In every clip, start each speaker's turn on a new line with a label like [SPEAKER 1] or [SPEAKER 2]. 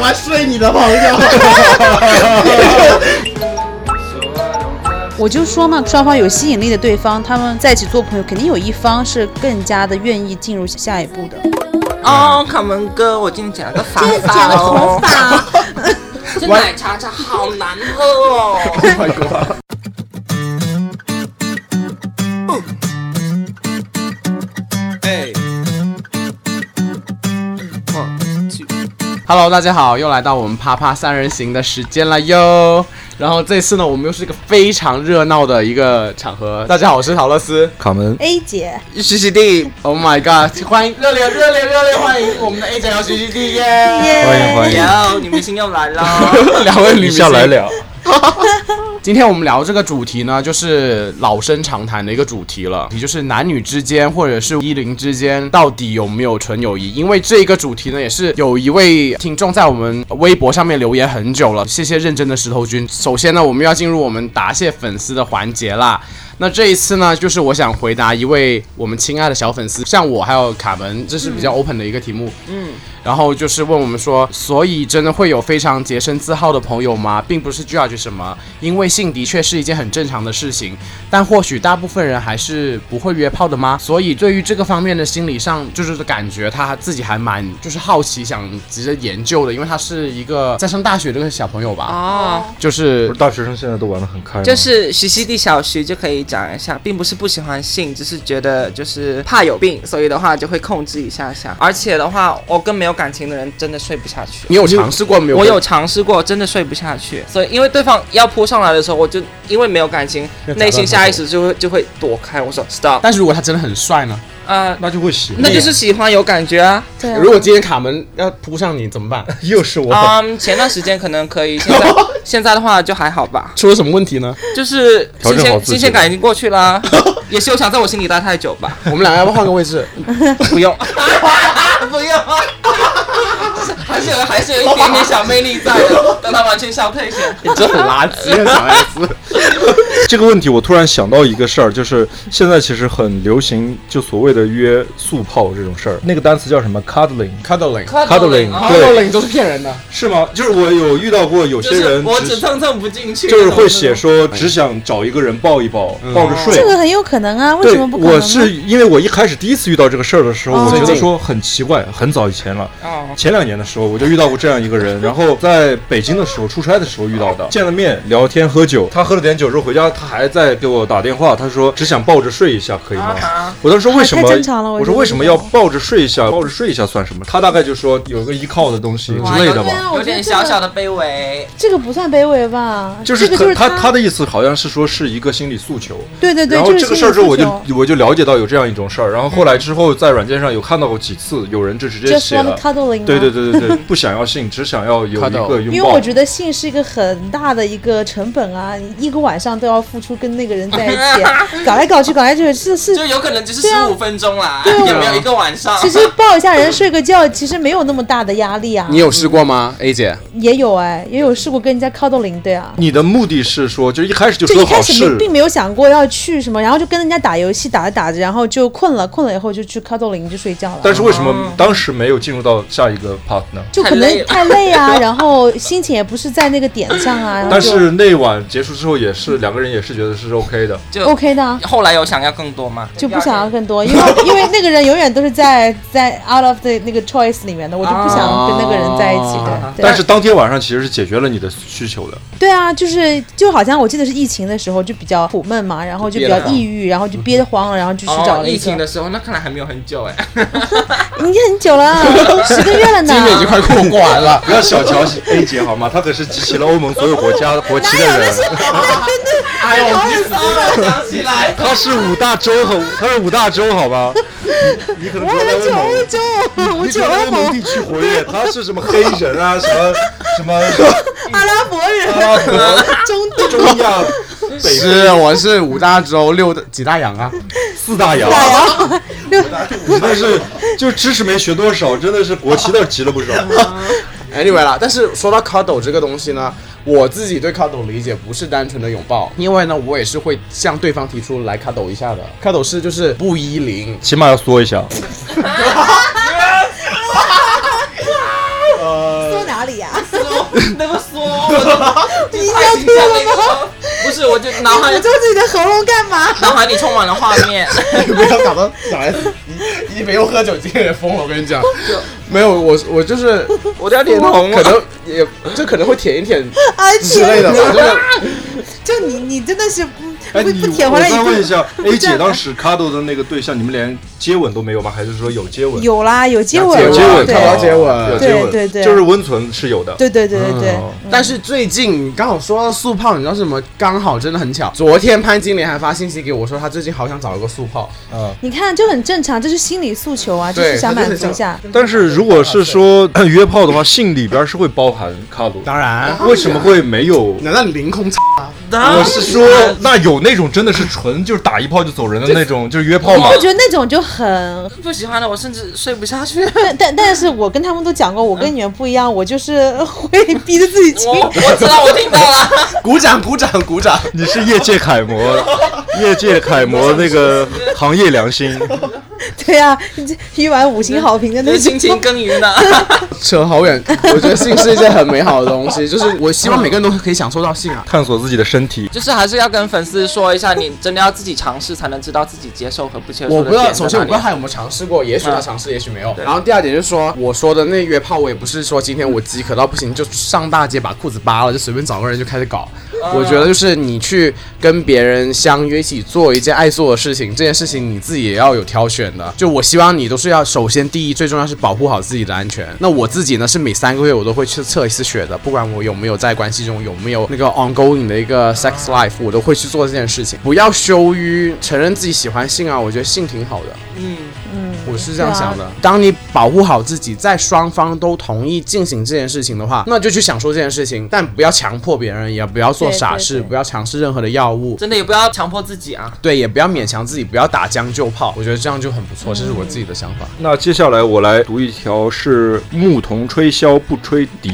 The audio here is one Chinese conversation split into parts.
[SPEAKER 1] 欢睡你的朋友。
[SPEAKER 2] 我就说嘛，双方有吸引力的对方，他们在一起做朋友，肯定有一方是更加的愿意进入下一步的。
[SPEAKER 3] 哦，卡门哥，我今天剪了个发
[SPEAKER 4] 这剪
[SPEAKER 3] 发
[SPEAKER 4] 了头
[SPEAKER 3] 哦，
[SPEAKER 4] 发，
[SPEAKER 3] 这奶茶茶好难喝 哦。
[SPEAKER 5] Hello，大家好，又来到我们啪啪三人行的时间了哟。然后这次呢，我们又是一个非常热闹的一个场合。大家好，我是陶乐斯。
[SPEAKER 1] 卡门，
[SPEAKER 4] A 姐，
[SPEAKER 3] 徐徐弟，
[SPEAKER 5] Oh my god！欢迎热烈、热烈、热烈欢迎我们的 A 加姚徐徐弟耶！
[SPEAKER 1] 欢迎欢迎，
[SPEAKER 3] 哟，女明星又来了。
[SPEAKER 5] 两位女
[SPEAKER 1] 一
[SPEAKER 5] 明
[SPEAKER 1] 下
[SPEAKER 5] 星
[SPEAKER 1] 来。了。
[SPEAKER 5] 今天我们聊这个主题呢，就是老生常谈的一个主题了，也就是男女之间或者是一零之间到底有没有纯友谊？因为这个主题呢，也是有一位听众在我们微博上面留言很久了，谢谢认真的石头君。首先呢，我们要进入我们答谢粉丝的环节啦。那这一次呢，就是我想回答一位我们亲爱的小粉丝，像我还有卡门，这是比较 open 的一个题目。然后就是问我们说，所以真的会有非常洁身自好的朋友吗？并不是 judge 什么，因为性的确是一件很正常的事情，但或许大部分人还是不会约炮的吗？所以对于这个方面的心理上，就是感觉他自己还蛮就是好奇，想急着研究的，因为他是一个在上大学的一个小朋友吧，
[SPEAKER 3] 哦，
[SPEAKER 5] 就是
[SPEAKER 1] 不是大学生现在都玩得很开吗？
[SPEAKER 3] 就是徐熙娣小徐就可以讲一下，并不是不喜欢性，只是觉得就是怕有病，所以的话就会控制一下下。而且的话，我跟没有感情的人真的睡不下去。
[SPEAKER 5] 你有尝试过没有？
[SPEAKER 3] 我有尝试过，真的睡不下去，所以因为对方要扑上来的时候，我就因为没有感情，
[SPEAKER 1] 要打断
[SPEAKER 3] 内心
[SPEAKER 1] 他
[SPEAKER 3] 下意识就会就会躲开。我说 stop，
[SPEAKER 5] 但是如果他真的很帅呢？
[SPEAKER 3] 呃，
[SPEAKER 1] 那就会喜欢
[SPEAKER 3] 那就是喜欢有感觉啊。
[SPEAKER 4] 对啊，
[SPEAKER 5] 如果今天卡门要扑上你怎么办？
[SPEAKER 1] 又是我，
[SPEAKER 3] 嗯，前段时间可能可以，现在现在的话就还好吧，
[SPEAKER 5] 出了什么问题呢？
[SPEAKER 3] 就是
[SPEAKER 1] 调
[SPEAKER 3] 新
[SPEAKER 1] 整好自
[SPEAKER 3] 鲜
[SPEAKER 1] 己
[SPEAKER 3] 新鲜感已经过去啦，也休想在我心里待太久吧。
[SPEAKER 5] 我们俩要不要换个位 置？
[SPEAKER 3] 不用，不用，还是有还是有一点点小魅力在的，等他完全消退先。
[SPEAKER 5] 你真的很垃圾，小 S。
[SPEAKER 1] 这个问题，我突然想到一个事儿，就是现在其实很流行，就所谓的约速炮这种事儿，那个单词叫什么？cuddling，cuddling
[SPEAKER 5] Cuddling。
[SPEAKER 3] 啊
[SPEAKER 1] 对
[SPEAKER 5] 都是骗人的。
[SPEAKER 1] 是吗？就是我有遇到过有
[SPEAKER 3] 就
[SPEAKER 1] 些
[SPEAKER 3] 是
[SPEAKER 1] 人
[SPEAKER 3] 我
[SPEAKER 1] 只
[SPEAKER 3] 只蹭蹭不进去，
[SPEAKER 1] 就是会写说只想找一个人抱一抱，抱
[SPEAKER 3] 嗯
[SPEAKER 1] 着睡。
[SPEAKER 4] 这个很有可能啊，为
[SPEAKER 1] 对
[SPEAKER 4] 什么不，可能呢？
[SPEAKER 1] 我是因为我一开始第一次遇到这个事儿的时候，
[SPEAKER 4] 哦
[SPEAKER 1] 我觉得说很奇怪，很早以前了。
[SPEAKER 3] 哦，
[SPEAKER 1] 前两年的时候，我就遇到过这样一个人，然后在北京的时候出差的时候遇到的，见了面聊天喝酒，他喝了点酒之后回家，他还在给我打电话，他说只想抱着睡一下，可以吗？
[SPEAKER 3] 啊
[SPEAKER 1] 我当时说为什么
[SPEAKER 4] 太正常了？我
[SPEAKER 1] 我说
[SPEAKER 4] 觉得
[SPEAKER 1] 为什么
[SPEAKER 4] 这
[SPEAKER 1] 要
[SPEAKER 4] 种
[SPEAKER 1] 抱着睡一下？抱着睡一下算什么？他大概就说有个依靠的东西之类的
[SPEAKER 4] 对
[SPEAKER 1] 吧。
[SPEAKER 4] 啊，我
[SPEAKER 3] 有
[SPEAKER 4] 觉
[SPEAKER 3] 点
[SPEAKER 4] 得
[SPEAKER 3] 小小
[SPEAKER 4] 的
[SPEAKER 3] 的卑微。
[SPEAKER 4] 这个不算卑微吧？
[SPEAKER 1] 就是
[SPEAKER 4] 这个
[SPEAKER 1] 他、
[SPEAKER 4] 就是
[SPEAKER 1] 他他的意思好像是说是一个心理诉求，
[SPEAKER 4] 对对对，
[SPEAKER 1] 然后
[SPEAKER 4] 就是
[SPEAKER 1] 这个
[SPEAKER 4] 心理
[SPEAKER 1] 事儿之后我就
[SPEAKER 4] 诉求
[SPEAKER 1] 我就了解到有这样一种事儿，然后后来之后在软件上有看到过几次有人就直接
[SPEAKER 4] just
[SPEAKER 1] 写
[SPEAKER 4] want
[SPEAKER 1] 了，
[SPEAKER 4] cuddling，
[SPEAKER 1] 对对
[SPEAKER 4] 啊。
[SPEAKER 1] 对对对，不想要性，只想要有一个
[SPEAKER 5] Cuddle
[SPEAKER 1] 拥抱。
[SPEAKER 4] 因为我觉得性是一个很大的一个成本啊，你一个晚上都要付出跟那个人在一 起，啊搞来搞去，搞来搞去，是是
[SPEAKER 3] 就有可能只是
[SPEAKER 4] 对
[SPEAKER 3] 十
[SPEAKER 4] 啊
[SPEAKER 3] 五分钟啦，
[SPEAKER 4] 对啊
[SPEAKER 3] 也没有一个晚上。
[SPEAKER 4] 其实抱一下人睡个觉，其实没有那么大的压力啊。
[SPEAKER 5] 你有试过吗，A 姐？
[SPEAKER 4] 也有哎，也有试过跟人家靠到零对啊。
[SPEAKER 1] 你的目的是说，就一开始就
[SPEAKER 4] 就
[SPEAKER 1] 说
[SPEAKER 4] 一
[SPEAKER 1] 好
[SPEAKER 4] 开始
[SPEAKER 1] 是
[SPEAKER 4] 没并没有想过要去什么，然后就跟人家打游戏，打着打着，然后就困了，困了以后就去靠到零就睡觉了。
[SPEAKER 1] 但是为什么当时没有进入到下一个 part 呢？
[SPEAKER 4] 就可能太累 啊，然后心情也不是在那个点上啊，然后
[SPEAKER 1] 但
[SPEAKER 4] 就是
[SPEAKER 1] 那晚结束之后，也是两个人也是觉得是 OK 的。
[SPEAKER 3] 就
[SPEAKER 4] OK 的啊，
[SPEAKER 3] 后来有想要更多吗？
[SPEAKER 4] 就不想要更多，因为因为那个人永远都是在在 out of the 那个 choice 里面的，我就不想跟那个人在一起
[SPEAKER 5] 啊
[SPEAKER 4] 的。对
[SPEAKER 1] 但是当天晚上其实是解决了你的需求的，
[SPEAKER 4] 对啊，就是就好像我记得是疫情的时候就比较苦闷嘛，然后就比较抑郁，然后就憋得慌了，然后就去找
[SPEAKER 3] 哦，
[SPEAKER 4] 了一
[SPEAKER 3] 疫
[SPEAKER 4] 个。
[SPEAKER 3] 情的时候，那看来还没有很久 哎。
[SPEAKER 4] 已经很久了，十个月 了呢
[SPEAKER 5] 今。年已经快过完 了。
[SPEAKER 1] 不要小瞧 A 姐好吗？她可是集齐了欧盟所有国家国旗的人，
[SPEAKER 3] 哎呦，你骚了，想起来。
[SPEAKER 1] 她是五大洲和她是五大洲好吧？你你可能
[SPEAKER 4] 我
[SPEAKER 1] 说在
[SPEAKER 4] 们九
[SPEAKER 1] 欧
[SPEAKER 4] 欧
[SPEAKER 1] 盟，
[SPEAKER 4] 洲，我们九欧
[SPEAKER 1] 你可能在欧盟
[SPEAKER 4] 盟，
[SPEAKER 1] 地区活跃，她是什么黑人啊，什么什么
[SPEAKER 4] 阿拉伯人，
[SPEAKER 1] 阿拉伯、
[SPEAKER 4] 中东。
[SPEAKER 1] 中亚、北非
[SPEAKER 5] 是，我是五大洲六的几大洋啊。
[SPEAKER 1] 四大洋。 真的是，就知识没学多少，真的是国旗倒齐了不少。
[SPEAKER 5] Anyway 啦，但是说到 cuddle 这个东西呢，我自己对 cuddle 理解不是单纯的拥抱，因为呢，我也是会向对方提出来 cuddle 一下的。cuddle 是就是不依 零，
[SPEAKER 1] 起码要缩一下。
[SPEAKER 4] 说哪里呀？
[SPEAKER 3] 那个说，我就 太紧张了吗？不是，我就脑海
[SPEAKER 6] 你捂住自己的喉咙干嘛？
[SPEAKER 3] 脑海里充满了画面。
[SPEAKER 5] 不要打到哪来？你你没有喝酒精也疯了，我跟你讲。没有，我我就是
[SPEAKER 3] 我都要脸红
[SPEAKER 5] 可
[SPEAKER 3] 了。
[SPEAKER 5] 能也这可能会舔一舔
[SPEAKER 6] 而
[SPEAKER 5] 之
[SPEAKER 6] 且
[SPEAKER 5] 类的吧，就是
[SPEAKER 6] 就你你真的是不
[SPEAKER 1] 哎，
[SPEAKER 6] 不
[SPEAKER 1] 你
[SPEAKER 6] 不舔
[SPEAKER 1] 我
[SPEAKER 6] 回来
[SPEAKER 1] 再问一
[SPEAKER 6] 也
[SPEAKER 1] 下，A 姐当时 Cado 的那个对象，你们连接吻都没有吗？还是说有接
[SPEAKER 6] 不
[SPEAKER 1] 吻？
[SPEAKER 6] 有啦，有接
[SPEAKER 4] 啊
[SPEAKER 6] 吻
[SPEAKER 1] 有
[SPEAKER 6] 啦，
[SPEAKER 1] 接吻，
[SPEAKER 6] 对
[SPEAKER 5] 看到
[SPEAKER 1] 有
[SPEAKER 5] 接吻
[SPEAKER 1] 有接
[SPEAKER 6] 对
[SPEAKER 1] 吻，
[SPEAKER 6] 对对
[SPEAKER 1] 就是温存是有的。
[SPEAKER 6] 对对对 对对，
[SPEAKER 1] 哦
[SPEAKER 5] 但是最近刚好说到速泡，你知道是什么？刚好真的很巧，昨天潘金莲还发信息给我说，她最近好想找一个速泡。
[SPEAKER 1] 啊。
[SPEAKER 6] 你看就很正常，这是心理诉求啊，就
[SPEAKER 5] 对
[SPEAKER 6] 是想满
[SPEAKER 5] 他就是
[SPEAKER 6] 足一下。
[SPEAKER 1] 但是如果是
[SPEAKER 6] 啊
[SPEAKER 1] 说约炮的话，性里边是会包含 Cado，
[SPEAKER 5] 当然，
[SPEAKER 1] 为什么会没有？
[SPEAKER 5] 难道你凌空？
[SPEAKER 6] 啊
[SPEAKER 1] 我是说，那有那种真的是纯就是打一炮就走人的那种，就是约炮
[SPEAKER 6] 我
[SPEAKER 1] 吗？
[SPEAKER 6] 会觉得那种就很，
[SPEAKER 3] 不喜欢的，我甚至睡不下去。
[SPEAKER 6] 但但但是我跟他们都讲过，我跟你们不一样，我就是会逼着自己亲
[SPEAKER 3] 我。我知道，我听到了。
[SPEAKER 5] 鼓掌，鼓掌，鼓掌！
[SPEAKER 1] 你是业界楷 模，业界楷模那个行业良心。
[SPEAKER 6] 对啊，你这批完五星好评的那
[SPEAKER 3] 那
[SPEAKER 6] 种
[SPEAKER 3] 辛，勤耕耘呢？
[SPEAKER 5] 扯好远，我觉得性是一件很美好的东西，就是我希望每个人都可以享受到性啊。
[SPEAKER 1] 探索自己的身体，
[SPEAKER 3] 就是还是要跟粉丝说一下，你真的要自己尝试，才能知道自己接受和不接受的
[SPEAKER 5] 我不知道，
[SPEAKER 3] 点在
[SPEAKER 5] 首先我
[SPEAKER 3] 哪
[SPEAKER 5] 不知
[SPEAKER 3] 里
[SPEAKER 5] 道他有没有尝试过，也许他尝试，也许没有。
[SPEAKER 3] 对
[SPEAKER 5] 然后第二点就是说，我说的那约炮，我也不是说今天我饥渴到不行就上大街把裤子扒了，就随便找个人就开始搞。我觉得就是你去跟别人相约一起做一件爱做的事情，这件事情你自己也要有挑选的。就我希望你都是要首先第一最重要是保护好自己的安全。那我自己呢是每三个月我都会去测一次血的，不管我有没有在关系中有没有那个 ongoing 的一个 sex life，我都会去做这件事情。不要羞于承认自己喜欢性啊，我觉得性挺好的。我是这样想的。当你保护好自己，在双方都同意进行这件事情的话，那就去享受这件事情，但不要强迫别人，也不要做
[SPEAKER 6] 对
[SPEAKER 5] 傻
[SPEAKER 6] 对
[SPEAKER 5] 事，
[SPEAKER 6] 对
[SPEAKER 5] 不要尝试任何的药物，
[SPEAKER 3] 真的也不要强迫自己啊。
[SPEAKER 5] 对，也不要勉强自己，不要打将就炮。我觉得这样就很不错，这是我自己的想法。
[SPEAKER 1] 那接下来我来读一条是牧童吹箫不吹笛，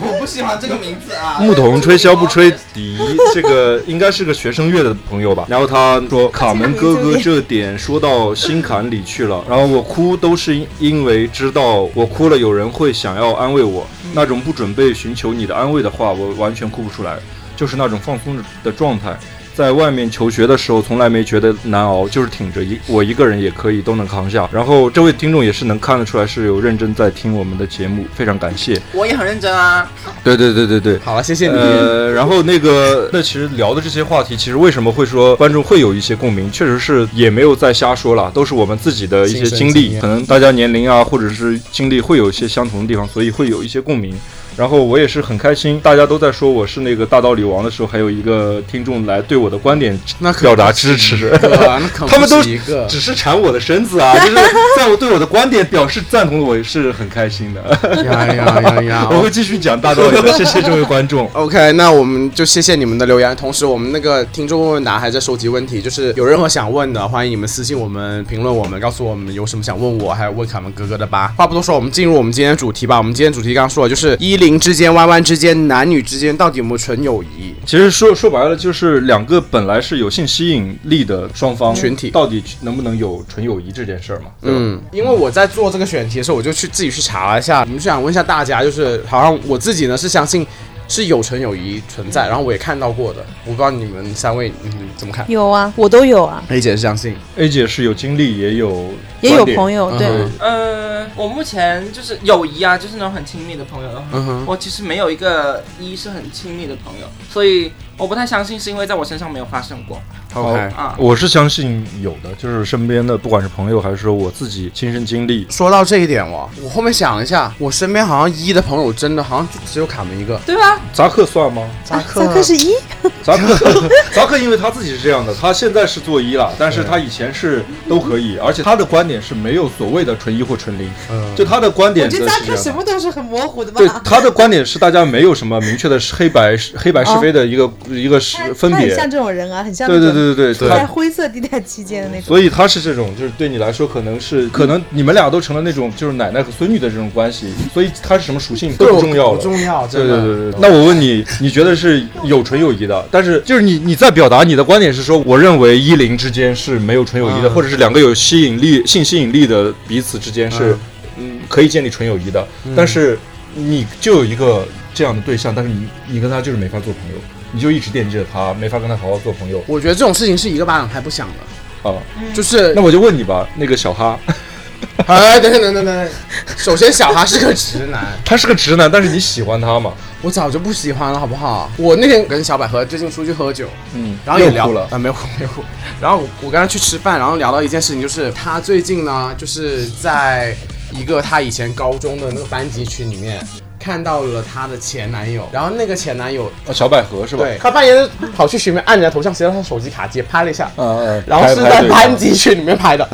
[SPEAKER 3] 我不喜欢这个名字啊
[SPEAKER 1] 牧童吹箫不吹笛，这个应该是个学声乐的朋友吧。然后他嗯说卡门哥哥这点说到心坎里去了，然后我哭都是因为知道我哭了有人会想要安慰我，那种不准备寻求你的安慰的话，我完全哭不出来，就是那种放松的状态。在外面求学的时候，从来没觉得难熬，就是挺着一我一个人也可以都能扛下。然后这位听众也是能看得出来是有认真在听我们的节目，非常感谢。
[SPEAKER 3] 我也很认真啊。
[SPEAKER 1] 对对对对对，
[SPEAKER 5] 好了，谢谢你。
[SPEAKER 1] 呃，然后那个， 那其实聊的这些话题，其实为什么会说观众会有一些共鸣，确实是也没有在瞎说了，都是我们自己的一些
[SPEAKER 5] 亲身
[SPEAKER 1] 经
[SPEAKER 5] 经
[SPEAKER 1] 历，
[SPEAKER 5] 验
[SPEAKER 1] 可能大家年龄啊，或者是经历会有一些相同的地方，所以会有一些共鸣。然后我也是很开心，大家都在说我是那个大道理王的时候，还有一个听众来对我的观点
[SPEAKER 5] 那可
[SPEAKER 1] 表达
[SPEAKER 5] 不止
[SPEAKER 1] 支持
[SPEAKER 5] 一。个啊那可
[SPEAKER 1] 他们
[SPEAKER 5] 不
[SPEAKER 1] 都
[SPEAKER 5] 止一个。
[SPEAKER 1] 只是缠我的身子啊， 就是在我对我的观点表示赞同的，我是很开心的。
[SPEAKER 5] 呀呀呀 呀！
[SPEAKER 1] 我会继续讲大道理 的，谢谢这位观众。
[SPEAKER 5] OK，那我们就谢谢你们的留言。同时，我们那个听众问问答还在收集问题，就是有任何想问的，欢迎你们私信我们评论我们，告诉我们有什么想问我，还有问卡门哥哥的吧。话不多说，我们进入我们今天的主题吧。我们今天主题刚刚说了，就是一零之间、弯弯之间、男女之间到底有没有纯友谊？
[SPEAKER 1] 其实说说白了，就是两个本来是有性吸引力的双方
[SPEAKER 5] 群体
[SPEAKER 1] 到底能不能有纯友谊这件事儿嘛？对吧，
[SPEAKER 5] 嗯，因为我在做这个选题的时候，我就去自己去查了一下，我们就想问一下大家，就是好像我自己呢是相信是有纯友谊存在，然后我也看到过的，我不知道你们三位嗯怎么看？
[SPEAKER 6] 有啊，我都有啊，
[SPEAKER 5] 黑姐是相信，
[SPEAKER 1] a 姐是有经历，也有
[SPEAKER 6] 也有
[SPEAKER 1] 观点
[SPEAKER 6] 朋友对。
[SPEAKER 5] 嗯
[SPEAKER 3] 呃，我目前就是友谊啊，就是那种很亲密的朋友的话，
[SPEAKER 5] 嗯哼
[SPEAKER 3] 我其实没有一个一是很亲密的朋友，所以我不太相信是因为在我身上没有发生过
[SPEAKER 5] ，OK。
[SPEAKER 3] 啊。
[SPEAKER 1] 我是相信有的，就是身边的，不管是朋友还是说我自己亲身经历，
[SPEAKER 5] 说到这一点哦，我后面想了一下，我身边好像一的朋友真的好像就只有卡门一个，
[SPEAKER 3] 对吧？
[SPEAKER 1] 扎克算吗？
[SPEAKER 5] 扎
[SPEAKER 6] 啊
[SPEAKER 5] 克
[SPEAKER 6] 萨克是一，
[SPEAKER 1] 扎克， 扎克，因为他自己是这样的，他现在是做一了，但
[SPEAKER 5] 嗯
[SPEAKER 1] 是他以前是都可以，而且他的观点是没有所谓的纯一或纯零，
[SPEAKER 5] 嗯
[SPEAKER 1] 就他的观点
[SPEAKER 6] 我
[SPEAKER 1] 的
[SPEAKER 6] 觉
[SPEAKER 1] 是
[SPEAKER 6] 得
[SPEAKER 1] 这
[SPEAKER 6] 大
[SPEAKER 1] 样
[SPEAKER 6] 家
[SPEAKER 1] 的
[SPEAKER 6] 什。么都是很模糊的啊
[SPEAKER 1] 对
[SPEAKER 6] 吧。
[SPEAKER 1] 他的观点是，大家没有什么明确的是黑白是黑白是非的一个、一个是
[SPEAKER 6] 哦他
[SPEAKER 1] 分
[SPEAKER 6] 他
[SPEAKER 1] 别
[SPEAKER 6] 很。像这种人啊，很像
[SPEAKER 1] 对
[SPEAKER 6] 那
[SPEAKER 1] 对
[SPEAKER 6] 种
[SPEAKER 1] 对对
[SPEAKER 6] 处
[SPEAKER 1] 对
[SPEAKER 6] 在
[SPEAKER 1] 对。
[SPEAKER 6] 灰色地带期间的那种。
[SPEAKER 1] 所以他是这种，就是对你来说可能是可能你们俩都成了那种就是奶奶和孙女的这种关系，所以他是什么属性都
[SPEAKER 5] 对
[SPEAKER 1] 不
[SPEAKER 5] 我
[SPEAKER 1] 重要
[SPEAKER 5] 不
[SPEAKER 1] 了。
[SPEAKER 5] 重要，
[SPEAKER 1] 对
[SPEAKER 5] 真
[SPEAKER 1] 对
[SPEAKER 5] 的。
[SPEAKER 1] 对对对，那我问你，你觉得是有纯友谊的？但是就是你你在表达你的观点是说，我认为一零之间是没有纯友谊的，
[SPEAKER 5] 嗯
[SPEAKER 1] 或者是两个有嗯吸引力、性吸引力的彼此之间是，嗯，可以建立纯友谊的。但是你就有一个这样的对象，但是你你跟他就是没法做朋友，你就一直惦记着他，没法跟他好好做朋友
[SPEAKER 5] 我觉得这种事情是一个巴掌拍不响的，
[SPEAKER 1] 啊。
[SPEAKER 5] 就是
[SPEAKER 1] 那我就问你吧，那个小哈，
[SPEAKER 5] 哎，等等等等等，首先小哈是个直男，
[SPEAKER 1] 他是个直男，但是你喜欢他吗？
[SPEAKER 5] 我早就不喜欢了，好不好？我那天跟小百合最近出去喝酒，
[SPEAKER 1] 嗯，
[SPEAKER 5] 然后也聊
[SPEAKER 1] 又哭了
[SPEAKER 5] 啊，没有哭 没有哭。然后我我跟他去吃饭，然后聊到一件事情，就是他最近呢，就是在一个他以前高中的那个班级群里面看到了他的前男友，然后那个前男友
[SPEAKER 1] 啊，小百合是吧？
[SPEAKER 5] 对他半夜就跑去群里面按人家头像，谁让他手机卡机拍了一下，
[SPEAKER 1] 啊啊，
[SPEAKER 5] 然后是
[SPEAKER 1] 拍拍
[SPEAKER 5] 在
[SPEAKER 1] 对方
[SPEAKER 5] 班级群里面拍的，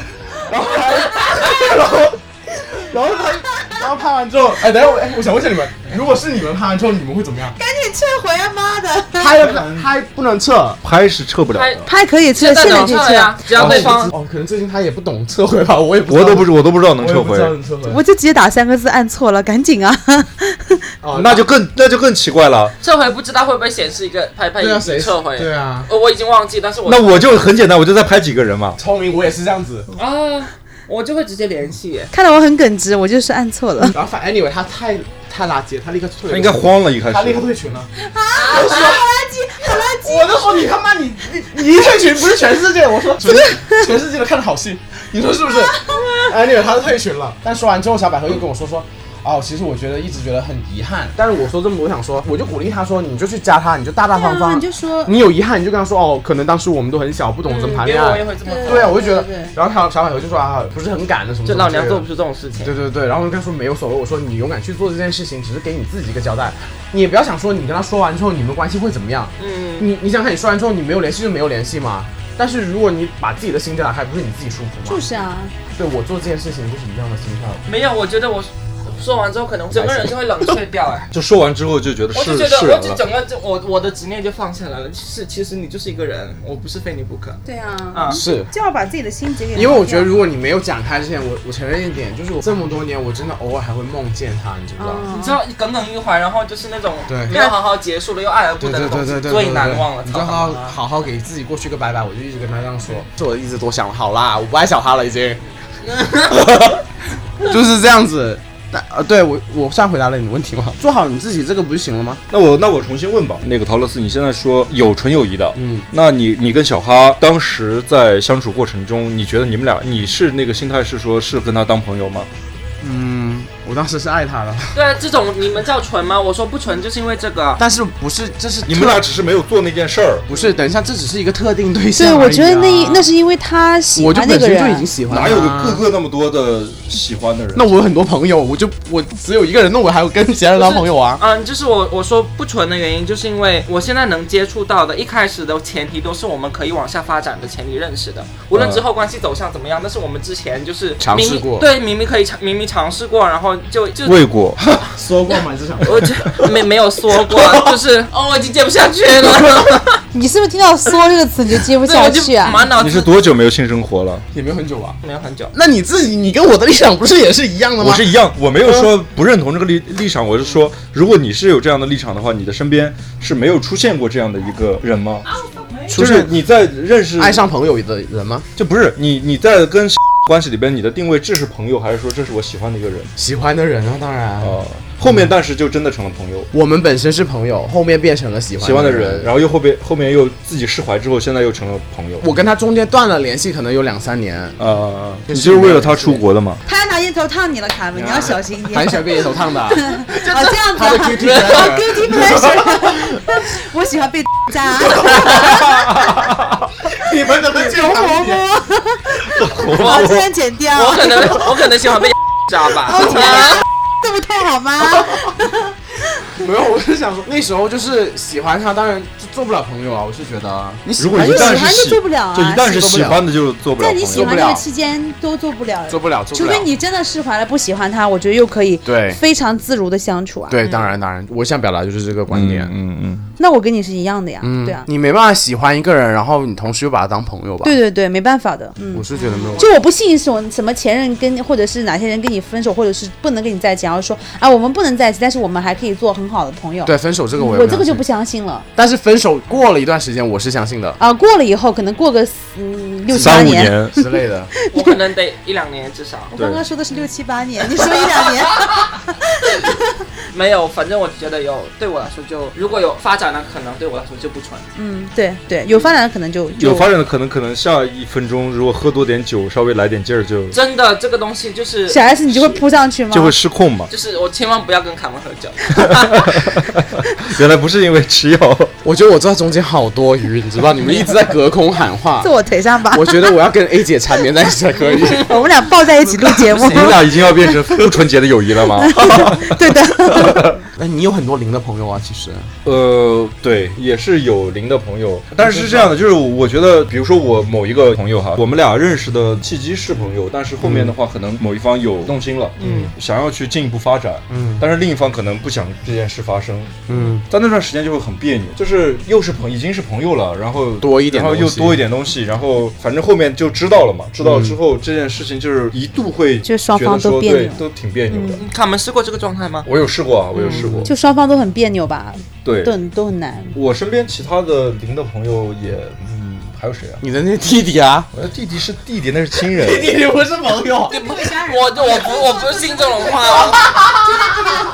[SPEAKER 5] 然后拍，然后 然后他然后拍完之后，哎，等一下我哎我想问一下你们，如果是你们拍完之后，你们会怎么样？
[SPEAKER 6] 赶紧撤回啊！妈的，
[SPEAKER 5] 拍了不拍不能撤。
[SPEAKER 1] 拍是撤不了的。
[SPEAKER 4] 拍可以撤，
[SPEAKER 3] 现在
[SPEAKER 4] 现在
[SPEAKER 3] 能
[SPEAKER 4] 就
[SPEAKER 3] 撤
[SPEAKER 4] 撤
[SPEAKER 3] 呀，，啊只要对方
[SPEAKER 5] 哦，可能最近他也不懂撤回吧，我也不知
[SPEAKER 1] 我
[SPEAKER 5] 道
[SPEAKER 1] 都不知我都不知道能
[SPEAKER 5] 我也
[SPEAKER 1] 撤
[SPEAKER 5] 不
[SPEAKER 1] 回
[SPEAKER 5] 知道，能撤回。
[SPEAKER 4] 我就直接打三个字，按错了，赶紧啊！
[SPEAKER 5] 哦
[SPEAKER 1] 那就更那就更奇怪了。
[SPEAKER 3] 撤回，不知道会不会显示一个拍拍
[SPEAKER 5] 对啊，
[SPEAKER 3] 已
[SPEAKER 5] 谁
[SPEAKER 3] 经撤回？哦
[SPEAKER 5] 对啊，
[SPEAKER 3] 我我已经忘记，但是我
[SPEAKER 1] 那我就很简单，我就再拍几个人嘛。
[SPEAKER 5] 聪明，我也是这样子。
[SPEAKER 3] 啊，我就会直接联系耶。
[SPEAKER 4] 看来我很耿直，我就是按错
[SPEAKER 6] 啊
[SPEAKER 4] 了。
[SPEAKER 5] 然后反 anyway，他太太垃圾了，他立刻退，
[SPEAKER 1] 他应该，慌了，一开
[SPEAKER 5] 他立刻
[SPEAKER 1] 始。
[SPEAKER 5] 退群了。啊，我垃圾，好垃圾！我就说你他妈你你你一退群不是全世界，我说全全世界都看的好戏，你说是 不是哎？anyway，他退群了。但说完之后，小百合又跟我说说。哦，其实我觉得一直觉得很遗憾，但是我说这么多，我想说，我就鼓励他说，你就去加他，你就大大方方，
[SPEAKER 6] 啊你就说
[SPEAKER 5] 你有遗憾，你就跟他说哦，可能当时我们都很小，不懂
[SPEAKER 6] 嗯
[SPEAKER 5] 怎么谈
[SPEAKER 3] 别
[SPEAKER 5] 恋
[SPEAKER 3] 人我也
[SPEAKER 5] 爱。
[SPEAKER 3] 会这么
[SPEAKER 5] 对
[SPEAKER 3] 做，
[SPEAKER 5] 啊，我就觉得
[SPEAKER 6] 对对对，
[SPEAKER 5] 然后他小百合就说啊，不是很敢的什么。
[SPEAKER 3] 就
[SPEAKER 5] 什么
[SPEAKER 3] 老
[SPEAKER 5] 之类
[SPEAKER 3] 娘
[SPEAKER 5] 的
[SPEAKER 3] 做不出这种事情。
[SPEAKER 5] 对对对，然后我跟他说没有所谓，我说你勇敢去做这件事情，只是给你自己一个交代，你也不要想说你跟他说完之后你们关系会怎么样。
[SPEAKER 3] 嗯，
[SPEAKER 5] 你你想看你说完之后你没有联系就没有联系嘛？但是如果你把自己的心结打开，不是你自己舒服
[SPEAKER 6] 就
[SPEAKER 5] 吗？
[SPEAKER 6] 是啊，
[SPEAKER 5] 对我做这件事情就是一样的心态。
[SPEAKER 3] 没有，我觉得我说完之后，可能整个人就会冷却掉。哎，
[SPEAKER 1] 就说完之后就觉得
[SPEAKER 3] 我就是觉
[SPEAKER 1] 是
[SPEAKER 3] 得，
[SPEAKER 5] 啊
[SPEAKER 3] 我
[SPEAKER 1] 人
[SPEAKER 3] 就
[SPEAKER 1] 了。
[SPEAKER 3] 整个就我我的执念就放下来了。就是其实你就是一个人，我不是非你不可
[SPEAKER 6] 对啊，
[SPEAKER 3] 啊。
[SPEAKER 5] 是，
[SPEAKER 6] 就要把自己的心结给拿掉。
[SPEAKER 5] 因为我觉得如果你没有讲开之前，我我承认一点，就是我这么多年我真的偶尔还会梦见他，你知不知道？
[SPEAKER 3] 你
[SPEAKER 6] 嗯
[SPEAKER 3] 知道耿耿于怀，然后就是那种
[SPEAKER 5] 对
[SPEAKER 3] 没有好好结束了又爱而不
[SPEAKER 5] 对
[SPEAKER 3] 得的
[SPEAKER 5] 对
[SPEAKER 3] 东
[SPEAKER 5] 对
[SPEAKER 3] 西，
[SPEAKER 5] 对对，
[SPEAKER 3] 最难忘了。
[SPEAKER 5] 你就好好好给自己过去个拜拜，我就一直跟他这样说，是我一直多想，好啦，我不爱小哈了已 经，就是这样子。但呃，对我我算回答了你的问题吗？ 做好你自己，这个不就行了吗？
[SPEAKER 1] 那我那我重新问吧，那个陶乐斯，你现在说有纯友谊的，
[SPEAKER 5] 嗯，
[SPEAKER 1] 那你你跟小哈当时在相处过程中，你觉得你们俩你是那个心态是说是跟他当朋友吗？
[SPEAKER 5] 嗯，我当时是爱他的，
[SPEAKER 3] 对啊，这种你们叫纯吗？我说不纯，就是因为这 个。啊
[SPEAKER 5] 但是不是这是
[SPEAKER 1] 你们
[SPEAKER 5] 特
[SPEAKER 1] 俩只是没有做那件事儿，
[SPEAKER 5] 不是？等一下，这只是一个特定对象、
[SPEAKER 4] 对，我觉得那一
[SPEAKER 5] 一
[SPEAKER 4] 那是因为他喜
[SPEAKER 5] 我就
[SPEAKER 4] 欢那
[SPEAKER 5] 本
[SPEAKER 4] 个
[SPEAKER 5] 身就已
[SPEAKER 4] 人啊
[SPEAKER 5] 经，喜欢他
[SPEAKER 1] 哪有个个个那么多的喜欢的人？
[SPEAKER 5] 那我有很多朋友，我就我只有一个人，那我还有跟其他人当朋友啊？
[SPEAKER 3] 嗯，就是我我说不纯的原因，就是因为我现在能接触到的，一开始的前提都是我们可以往下发展的前提认识的，无论
[SPEAKER 1] 嗯
[SPEAKER 3] 之后关系走向怎么样，但是我们之前就是
[SPEAKER 5] 尝试
[SPEAKER 3] 明明
[SPEAKER 5] 过
[SPEAKER 3] 对，明明可以尝，明明尝试过，然后就就
[SPEAKER 1] 未果，
[SPEAKER 5] 说过嘛，你是想
[SPEAKER 3] 我 就没没有说过，就是哦，我已经接不下去 了，
[SPEAKER 4] 你是不是听到“缩”这个词你就 接不
[SPEAKER 3] 对，我
[SPEAKER 4] 下
[SPEAKER 3] 就
[SPEAKER 4] 去啊？
[SPEAKER 3] 满脑
[SPEAKER 1] 你是
[SPEAKER 3] 子
[SPEAKER 1] 多久没有性生活了？
[SPEAKER 5] 也没有很久啊吧？
[SPEAKER 3] 没有很久，
[SPEAKER 5] 那你自己，你跟我的立场不是也是一样的吗？
[SPEAKER 1] 我是一样，我没有说不认同这个立立场，我是说，如果你是有这样的立场的话，你的身边是没有出现过这样的一个人吗？就是你在认识
[SPEAKER 5] 爱上朋友的人吗？
[SPEAKER 1] 就不是你你在跟 关系里边，你的定位这是朋友，还是说这是我喜欢的一个人？
[SPEAKER 5] 喜欢的人啊，当然。
[SPEAKER 1] 啊，后面但是就真的成了朋友，
[SPEAKER 5] 我们本身是朋友，后面变成了喜欢
[SPEAKER 1] 喜欢的人，。然后又后边后面又自己释怀之后，现在又成了朋友。
[SPEAKER 5] 我跟他中间断了联系，可能有两三年。
[SPEAKER 1] 呃，你就是为了他出国的嘛？
[SPEAKER 4] 他拿烟头烫你了，卡门，你要小心一点。
[SPEAKER 5] 很小便也头烫 的啊，
[SPEAKER 4] 哦，这样子
[SPEAKER 5] 他的
[SPEAKER 4] 啊
[SPEAKER 5] QT
[SPEAKER 4] 哦，guilty pleasure，我喜欢被 扎，
[SPEAKER 5] 你们怎么这
[SPEAKER 4] 容嬷嬷，好，这段剪掉，
[SPEAKER 3] 我可能我可能喜欢被扎吧，
[SPEAKER 4] 这不太好吗？
[SPEAKER 5] 没有，我是想说，那时候就是喜欢他，当然就做不了朋友啊。我是觉得，你喜
[SPEAKER 1] 如果
[SPEAKER 5] 欢
[SPEAKER 1] 一
[SPEAKER 5] 就
[SPEAKER 1] 旦
[SPEAKER 5] 喜
[SPEAKER 1] 是
[SPEAKER 5] 欢
[SPEAKER 4] 喜欢就
[SPEAKER 1] 喜，
[SPEAKER 4] 做不了啊
[SPEAKER 1] 就一旦是喜欢的就做不了
[SPEAKER 4] 在
[SPEAKER 1] 朋
[SPEAKER 4] 你喜
[SPEAKER 1] 友。
[SPEAKER 5] 做不
[SPEAKER 4] 欢这
[SPEAKER 5] 了
[SPEAKER 4] 个期间都做不了，
[SPEAKER 5] 做不了，做不
[SPEAKER 4] 除
[SPEAKER 5] 了
[SPEAKER 4] 非。你真的释怀了，不喜欢他，我觉得又可以
[SPEAKER 5] 对
[SPEAKER 4] 非常自如的相处啊。
[SPEAKER 5] 对，当然当然，我想表达就是这个观点。
[SPEAKER 1] 嗯嗯，
[SPEAKER 4] 那我跟你是一样的呀，
[SPEAKER 5] 嗯
[SPEAKER 4] 对啊，
[SPEAKER 5] 你没办法喜欢一个人，然后你同时又把他当朋友吧？
[SPEAKER 4] 对，对对，没办法的，嗯。
[SPEAKER 5] 我是觉得没有。
[SPEAKER 4] 就我不信什么什么前任跟或者是哪些人跟你分手，或者是不能跟你在一起，然后说啊我们不能在一起，但是我们还可以做很好的朋友。
[SPEAKER 5] 对，分手这个我也
[SPEAKER 4] 我
[SPEAKER 5] 没
[SPEAKER 4] 这
[SPEAKER 5] 有
[SPEAKER 4] 个就
[SPEAKER 5] 信
[SPEAKER 4] 不相信了
[SPEAKER 5] 但是分手过了一段时间，我是相信的。
[SPEAKER 4] 啊！过了以后，可能过个嗯六七八
[SPEAKER 1] 三五
[SPEAKER 4] 年。
[SPEAKER 1] 年，
[SPEAKER 5] 之类的。
[SPEAKER 3] 我可能得一两年至少
[SPEAKER 6] 我
[SPEAKER 1] 对
[SPEAKER 6] 刚刚说的是六七八年，你说一两年，
[SPEAKER 3] 没有，反正我觉得有对我来说就如果有发展的可能，对我来说就不纯。
[SPEAKER 4] 嗯，对对，有发展的可能就
[SPEAKER 1] 有发展的可能，可能下一分钟如果喝多点酒，稍微来点劲儿就
[SPEAKER 3] 真的，这个东西就是
[SPEAKER 4] 小 S 你就会扑上去吗？
[SPEAKER 1] 就会失控 嘛。
[SPEAKER 3] 就是我千万不要跟卡门喝酒。
[SPEAKER 1] 原来不是因为吃药，
[SPEAKER 5] 我觉得我坐在中间好多余，你知道，你们一直在隔空 喊话
[SPEAKER 6] 啊
[SPEAKER 4] 坐。我腿上吧，
[SPEAKER 5] 我觉得我要跟 A 姐缠绵在一起才 可以。
[SPEAKER 4] 我们俩抱在一起录节 目
[SPEAKER 1] 你。们俩已经要变成不纯洁的友谊 了吗？
[SPEAKER 4] 对的，
[SPEAKER 5] 那哎你有很多零的朋友啊，其实。
[SPEAKER 1] 呃，对，也是有零的朋友，但是是这样的，就是我觉得，比如说我某一个朋友哈，我们俩认识的契机是朋友，但是后面
[SPEAKER 5] 嗯
[SPEAKER 1] 的话，可能某一方有动心了，嗯，想要去进一步发展，
[SPEAKER 5] 嗯
[SPEAKER 1] 但是另一方可能不想这件事发生，
[SPEAKER 5] 嗯，
[SPEAKER 1] 在那段时间就会很别扭，就是又是朋已经是朋友了，然后
[SPEAKER 5] 多一点
[SPEAKER 1] 然后又
[SPEAKER 5] 东西
[SPEAKER 1] 多一点东西，嗯然后反正后面就知道了嘛，知道了之后、这件事情就是一度会
[SPEAKER 4] 就双方
[SPEAKER 1] 觉得说
[SPEAKER 4] 都别扭
[SPEAKER 1] 对都挺别扭的。
[SPEAKER 3] 嗯卡门试过这个状态吗？
[SPEAKER 1] 我有试过啊，我有试过，
[SPEAKER 4] 嗯就双方都很别扭吧，
[SPEAKER 1] 对
[SPEAKER 4] 都，很都很难。
[SPEAKER 1] 我身边其他的零的朋友也，嗯，还有谁啊？
[SPEAKER 5] 你的那弟弟啊，
[SPEAKER 1] 我的弟弟是弟弟，那是亲人。
[SPEAKER 5] 弟不是朋友。
[SPEAKER 3] 我我不我不信这种话，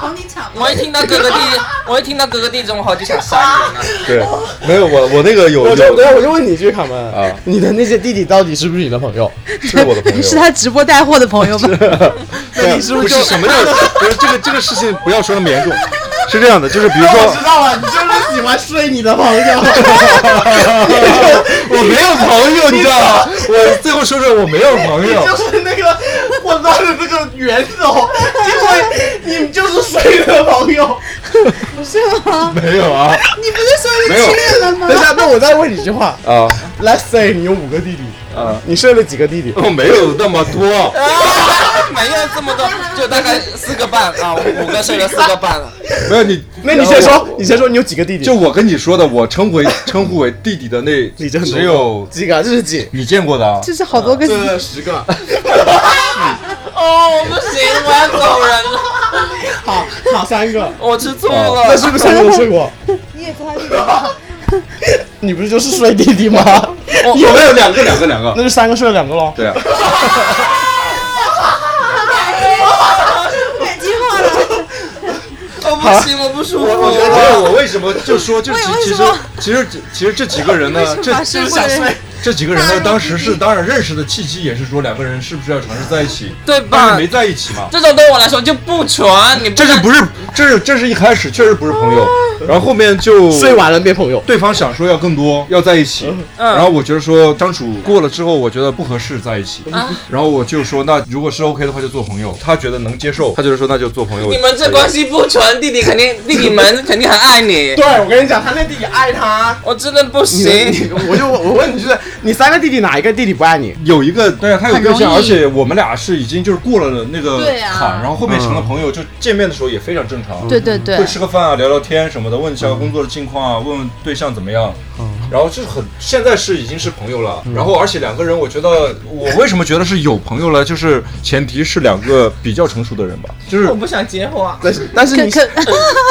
[SPEAKER 6] 黄金场
[SPEAKER 3] 我一听到哥 哥弟弟，我一听到哥哥弟弟这种话我就想杀人了。
[SPEAKER 1] 对，没有我我那个 有
[SPEAKER 5] 我就对，
[SPEAKER 1] 有
[SPEAKER 5] 我就问你一句，卡门
[SPEAKER 1] 啊
[SPEAKER 5] 你的那些弟弟到底是不是你的朋友？
[SPEAKER 1] 是我的朋友，
[SPEAKER 4] 是他直播带货的朋友吧？
[SPEAKER 1] 对，
[SPEAKER 5] 是不是
[SPEAKER 1] 不
[SPEAKER 5] 就是
[SPEAKER 1] 什么叫不是这个这个事情不要说那么严重，是这样的，就是比 如说
[SPEAKER 5] 道了，你就是喜欢睡你的朋 友。
[SPEAKER 1] 我没有朋友，你知道吗？我最后说说我没有朋友，
[SPEAKER 5] 是那个混乱的那个源头，因为你就是谁的朋友。
[SPEAKER 1] 没有啊，
[SPEAKER 6] 你不是说
[SPEAKER 1] 没有
[SPEAKER 5] 等一下，那我再问你一句话
[SPEAKER 1] 啊
[SPEAKER 5] ，Let's say 你有五个弟弟，
[SPEAKER 1] 啊，
[SPEAKER 5] 你睡了几个弟弟？
[SPEAKER 1] 我哦没有那么多。
[SPEAKER 3] 啊没有这么多，就大概四个半啊，五个睡了四个半了。
[SPEAKER 1] 没有你，
[SPEAKER 5] 那你先说，你先说你有几个弟弟？
[SPEAKER 1] 就我跟你说的，我 称为称呼为弟弟的那
[SPEAKER 5] 你真
[SPEAKER 1] 只有
[SPEAKER 5] 几个？这是几？
[SPEAKER 1] 你见过的啊。
[SPEAKER 4] 就是好多个
[SPEAKER 5] 这十个。
[SPEAKER 3] 哦，我不行，我要走人了，
[SPEAKER 5] 好，好三个。
[SPEAKER 3] 我吃醋
[SPEAKER 5] 那
[SPEAKER 3] 了。
[SPEAKER 5] 是不是我睡过？
[SPEAKER 6] 你也做他弟弟，
[SPEAKER 5] 你不是就是睡弟弟吗？
[SPEAKER 1] 有哦没有两个两个两 个？
[SPEAKER 5] 哦那就三个睡了两个喽。
[SPEAKER 1] 对啊，
[SPEAKER 6] 感情化了。
[SPEAKER 3] 我不 行，我不舒服。
[SPEAKER 1] 我觉得哦我为什么就说就其其实其实其实这几个人呢，这
[SPEAKER 4] 是想 睡，
[SPEAKER 1] 这几个人呢，当时是当然认识的契机也是说两个人是不是要尝试在一起，
[SPEAKER 3] 对
[SPEAKER 1] 但
[SPEAKER 3] 吧
[SPEAKER 1] 是没？在一起嘛。
[SPEAKER 3] 这种对我来说就不纯，你
[SPEAKER 1] 这是
[SPEAKER 3] 能
[SPEAKER 1] 不是？这是这是一开始确实不是朋友，然后后面就
[SPEAKER 5] 睡完了变朋友。
[SPEAKER 1] 对方想说要更多，要在一起，
[SPEAKER 3] 嗯
[SPEAKER 1] 然后我觉得说相处过了之后，我觉得不合适在一起，
[SPEAKER 3] 啊
[SPEAKER 1] 然后我就说那如果是 OK 的话就做朋友，他觉得能接受，他就是说那就做朋友。
[SPEAKER 3] 你们这关系不纯，弟弟肯定弟弟们肯定很爱你。
[SPEAKER 5] 对，我跟你讲，他那弟弟爱他。
[SPEAKER 3] 我真的不行，
[SPEAKER 5] 你我就我问你，就是你三个弟弟哪一个弟弟不爱你？
[SPEAKER 1] 有一个对啊，他有对
[SPEAKER 4] 很容
[SPEAKER 1] 象，
[SPEAKER 4] 易
[SPEAKER 1] 而且我们俩是已经就是过了那个
[SPEAKER 6] 对啊
[SPEAKER 1] 坎，然后后面成了朋友，就见面的时候也非常正常，
[SPEAKER 4] 对对对
[SPEAKER 1] 会，吃个饭啊，聊聊天什么的，问一下工作的近况啊， 问问对象怎么样。然后就是很，现在是已经是朋友了。然后而且两个人，我觉得我为什么觉得是有朋友了，就是前提是两个比较成熟的人吧，就是
[SPEAKER 3] 我不想结婚啊。
[SPEAKER 5] 但是但是你
[SPEAKER 4] 可可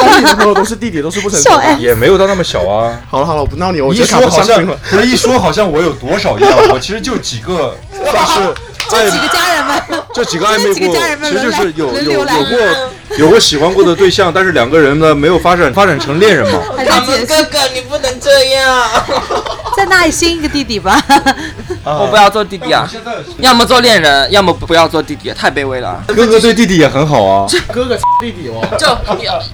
[SPEAKER 5] 但是你的朋友都是弟弟，都是不 成熟
[SPEAKER 4] 笑哎
[SPEAKER 5] 的。
[SPEAKER 1] 也没有到那么小啊。
[SPEAKER 5] 好了好了，我不闹你，我
[SPEAKER 1] 你
[SPEAKER 5] 觉
[SPEAKER 1] 一
[SPEAKER 5] 得卡
[SPEAKER 1] 说
[SPEAKER 5] 不
[SPEAKER 1] 好
[SPEAKER 5] 上
[SPEAKER 1] 像
[SPEAKER 5] 心了。
[SPEAKER 1] 不是一说好像我有多少一样，我其实就几个，但是 在
[SPEAKER 4] 几个家人们，
[SPEAKER 1] 这几个暧昧
[SPEAKER 4] 这几个家人
[SPEAKER 1] 过，
[SPEAKER 4] 们
[SPEAKER 1] 其实就是有
[SPEAKER 4] 轮
[SPEAKER 1] 有
[SPEAKER 4] 流
[SPEAKER 1] 有
[SPEAKER 4] 来
[SPEAKER 1] 过有过喜欢过的对象，但是两个人呢没有发展发展成恋人嘛。
[SPEAKER 4] 还
[SPEAKER 3] 卡
[SPEAKER 4] 在解
[SPEAKER 3] 门
[SPEAKER 4] 释
[SPEAKER 3] 哥，哥，你不能这样，
[SPEAKER 4] 再纳新一个弟弟吧。
[SPEAKER 3] 我不要做弟弟啊！要么做恋人，要么不要做弟弟，太卑微了。
[SPEAKER 1] 哥哥对弟弟也很好啊，
[SPEAKER 5] 哥哥弟弟哦，
[SPEAKER 3] 就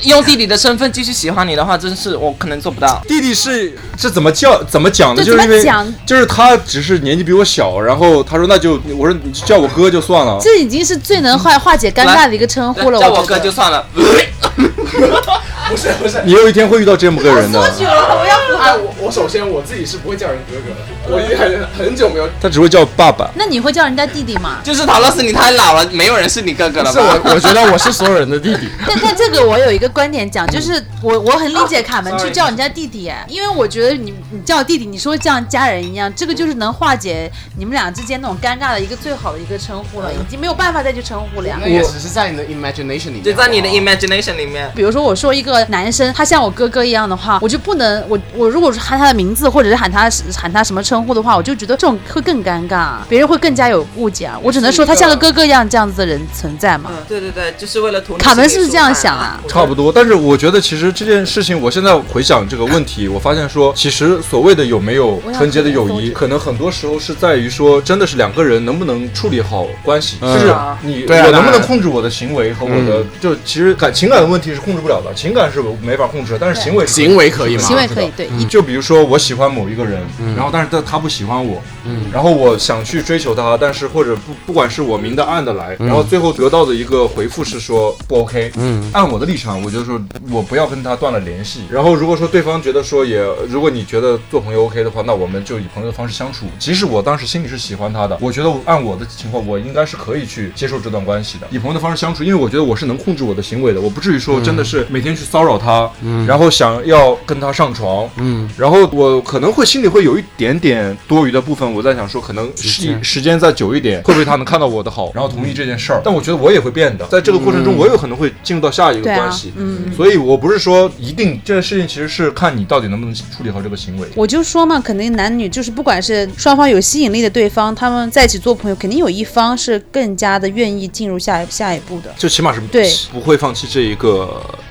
[SPEAKER 3] 用弟弟的身份继续喜欢你的话，真是我可能做不到。
[SPEAKER 1] 弟弟是这怎么叫怎么讲呢？
[SPEAKER 4] 对
[SPEAKER 1] 就是因为
[SPEAKER 4] 怎么讲
[SPEAKER 1] 就是他只是年纪比我小，然后他说那就我说你就叫我哥就算了。
[SPEAKER 4] 这已经是最能化化解尴尬的一个称呼了。
[SPEAKER 3] 叫我
[SPEAKER 4] 觉
[SPEAKER 3] 哥
[SPEAKER 4] 得
[SPEAKER 3] 就算了。
[SPEAKER 5] 不是不是。
[SPEAKER 1] 你有一天会遇到这么个人的，
[SPEAKER 5] 哎，我我首先我自己是不会叫人哥哥的，我已经很很久没有。
[SPEAKER 1] 他只会叫爸爸。
[SPEAKER 4] 那你会叫人家弟弟吗？
[SPEAKER 3] 就是陶乐斯，你太老了，没有人是你哥哥了
[SPEAKER 5] 是我
[SPEAKER 3] 吧？，
[SPEAKER 5] 我觉得我是所有人的弟弟。
[SPEAKER 4] 但但这个我有一个观点讲，就是我我很理解卡
[SPEAKER 3] 嗯
[SPEAKER 4] 门去叫人家弟弟，哎因为我觉得你你叫弟弟，你说像家人一样，这个就是能化解你们俩之间那种尴尬的一个最好的一个称呼了，已经没有办法再去称呼了呀。
[SPEAKER 5] 也只是在你的 imagination 里面
[SPEAKER 3] 就在你的 imagination 里面。
[SPEAKER 4] 比如说我说一个男生他像我哥哥一样的话，我就不能我我如果是喊他的名字，或者是喊他喊他什么称呼的话，我就觉得这种会更尴尬，别人会更加有误解啊。我只能说他像个哥哥一样这样子的人存在嘛。
[SPEAKER 3] 嗯，对对对，就是为了图你
[SPEAKER 4] 卡门
[SPEAKER 3] 心
[SPEAKER 4] 是不是
[SPEAKER 3] 里舒
[SPEAKER 4] 这样
[SPEAKER 3] 坦
[SPEAKER 4] 想啊？
[SPEAKER 1] 差不多，但是我觉得其实这件事情，我现在回想这个问题，我发现说，其实所谓的有没有纯洁的友谊，可能很多时候是在于说，真的是两个人能不能处理好关系，
[SPEAKER 5] 嗯
[SPEAKER 1] 就是你
[SPEAKER 5] 对啊
[SPEAKER 1] 我
[SPEAKER 5] 当然嗯
[SPEAKER 1] 能不能控制我的行为和我的，就其实感情感的问题是控制不了的，情感是我没法控制的，但是行为是
[SPEAKER 5] 行为可
[SPEAKER 3] 啊
[SPEAKER 5] 以吗？嗯
[SPEAKER 4] 行为可以，对，一
[SPEAKER 1] 就比如说我喜欢某一个人，然后但是他他不喜欢我，
[SPEAKER 5] 嗯
[SPEAKER 1] 然后我想去追求他，但是或者不不管是我明的暗的来，然后最后得到的一个回复是说不 OK，
[SPEAKER 5] 嗯
[SPEAKER 1] 按我的立场，我就说我不要跟他断了联系。然后如果说对方觉得说也，如果你觉得做朋友 OK 的话，那我们就以朋友的方式相处。即使我当时心里是喜欢他的，我觉得我按我的情况，我应该是可以去接受这段关系的，以朋友的方式相处，因为我觉得我是能控制我的行为的，我不至于说真的
[SPEAKER 5] 嗯
[SPEAKER 1] 是每天去骚扰他，然后想要跟他上床，
[SPEAKER 5] 嗯，
[SPEAKER 1] 然后我可能会心里会有一点点多余的部分，我在想说，可能
[SPEAKER 5] 时
[SPEAKER 1] 时
[SPEAKER 5] 间
[SPEAKER 1] 时间再久一点，会不会他能看到我的
[SPEAKER 4] 嗯
[SPEAKER 1] 好，然后同意这件事儿？但我觉得我也会变的，在这个过程中，我有可能会进入到下一个
[SPEAKER 4] 对啊
[SPEAKER 1] 关系。
[SPEAKER 4] 嗯
[SPEAKER 1] 所以我不是说一定这件事情，其实是看你到底能不能处理好这个行为。
[SPEAKER 4] 我就说嘛，肯定男女就是不管是双方有吸引力的对方，他们在一起做朋友，肯定有一方是更加的愿意进入下一下一步的。
[SPEAKER 1] 就起码是
[SPEAKER 4] 对
[SPEAKER 1] 不会放弃这一个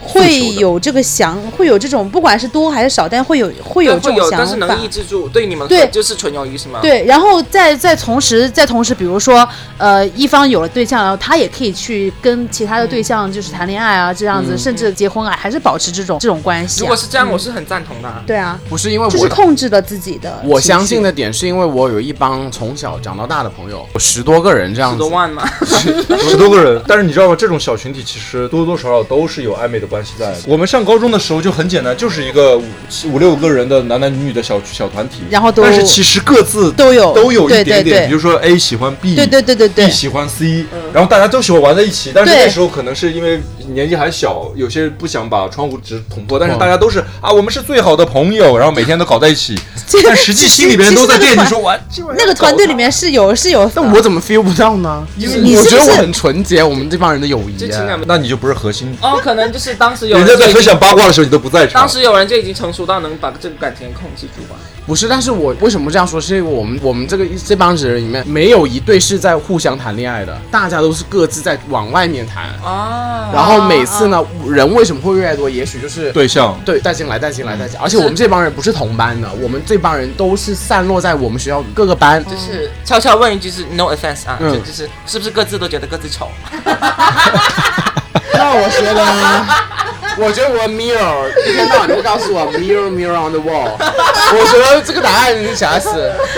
[SPEAKER 1] 诉求的
[SPEAKER 4] 会有这个想，会有这种，不管是多还是少，但会有会有
[SPEAKER 3] 对
[SPEAKER 4] 这种
[SPEAKER 3] 会有，
[SPEAKER 4] 想
[SPEAKER 3] 但是
[SPEAKER 4] 法
[SPEAKER 3] 能抑。制住，对你们
[SPEAKER 4] 对
[SPEAKER 3] 说就是纯友谊是吗？，
[SPEAKER 4] 对，然后再再同时再同时，比如说，呃，一方有了对象，然后他也可以去跟其他的对象就是谈恋爱啊，这样子，甚至结婚啊，还是保持这种这种关系、啊
[SPEAKER 3] 如果。是这样，我是很赞同的啊。
[SPEAKER 4] 对啊，
[SPEAKER 5] 不是因为
[SPEAKER 4] 就是
[SPEAKER 5] 我。
[SPEAKER 4] 控制了自己的。
[SPEAKER 5] 我相信。的点是因为我有一帮从小长到大的朋友，有十多个人这样
[SPEAKER 3] 十
[SPEAKER 5] 子
[SPEAKER 3] 多，万嘛，
[SPEAKER 1] 十多个人，但是你知道吗？这种小群体其实多多少少都是有暧昧的关系在的。我们上高中的时候就很简单，就是一个五五六个人的男男女女的小小团体，
[SPEAKER 4] 然后都
[SPEAKER 1] 但是其实各自
[SPEAKER 4] 都有
[SPEAKER 1] 都有一
[SPEAKER 4] 对
[SPEAKER 1] 点
[SPEAKER 4] 对
[SPEAKER 1] 点，
[SPEAKER 4] 对
[SPEAKER 1] 比如说 A 喜欢 B，
[SPEAKER 4] 对对对对对嗯
[SPEAKER 1] b 喜欢 C，然后大家都喜欢玩在一起，但是
[SPEAKER 4] 对
[SPEAKER 1] 那时候可能是因为年纪还小，有些不想把窗户纸捅破，但是大家都是啊，我们是最好的朋友，然后每天都搞在 一起，但实际心里边都在惦记说，我
[SPEAKER 4] 那个团队里面是有是有，
[SPEAKER 5] 但我怎么 feel 不到呢？
[SPEAKER 1] 因
[SPEAKER 4] 你
[SPEAKER 5] 我
[SPEAKER 4] 是
[SPEAKER 5] 觉
[SPEAKER 4] 不
[SPEAKER 5] 得我
[SPEAKER 4] 是
[SPEAKER 5] 很纯洁，我们这帮人的友谊
[SPEAKER 3] 就情感
[SPEAKER 5] 啊。
[SPEAKER 3] 不
[SPEAKER 1] 那你就不是核心，
[SPEAKER 3] 哦，可能就是当时有
[SPEAKER 1] 人
[SPEAKER 3] 人
[SPEAKER 1] 家
[SPEAKER 3] 就
[SPEAKER 1] 在
[SPEAKER 3] 已
[SPEAKER 1] 分
[SPEAKER 3] 经
[SPEAKER 1] 享八卦的时候你都不在场
[SPEAKER 3] 当。时有人就已经成熟到能把这个感情控制住啊吧？
[SPEAKER 5] 不是，但是我为什么这样说？是因为我们我们这个这帮人里面，没有一对是在互相谈恋爱的，大家都是各自在往外面谈。
[SPEAKER 3] 啊，
[SPEAKER 5] 然后每次呢，人为什么会越来越多？也许就是
[SPEAKER 1] 对象
[SPEAKER 5] 对，带进来，带进来，带进来。而且我们这帮人不是同班的，我们这帮人都是散落在我们学校各个班。
[SPEAKER 3] 就是悄悄问一句是 no offense 啊，
[SPEAKER 5] 嗯
[SPEAKER 3] 就就是是不是各自都觉得各自 丑？
[SPEAKER 5] 那我觉得，我觉得我 mirror 一天到晚都告诉我 mirror mirror on the wall，我觉得这个答案想要死，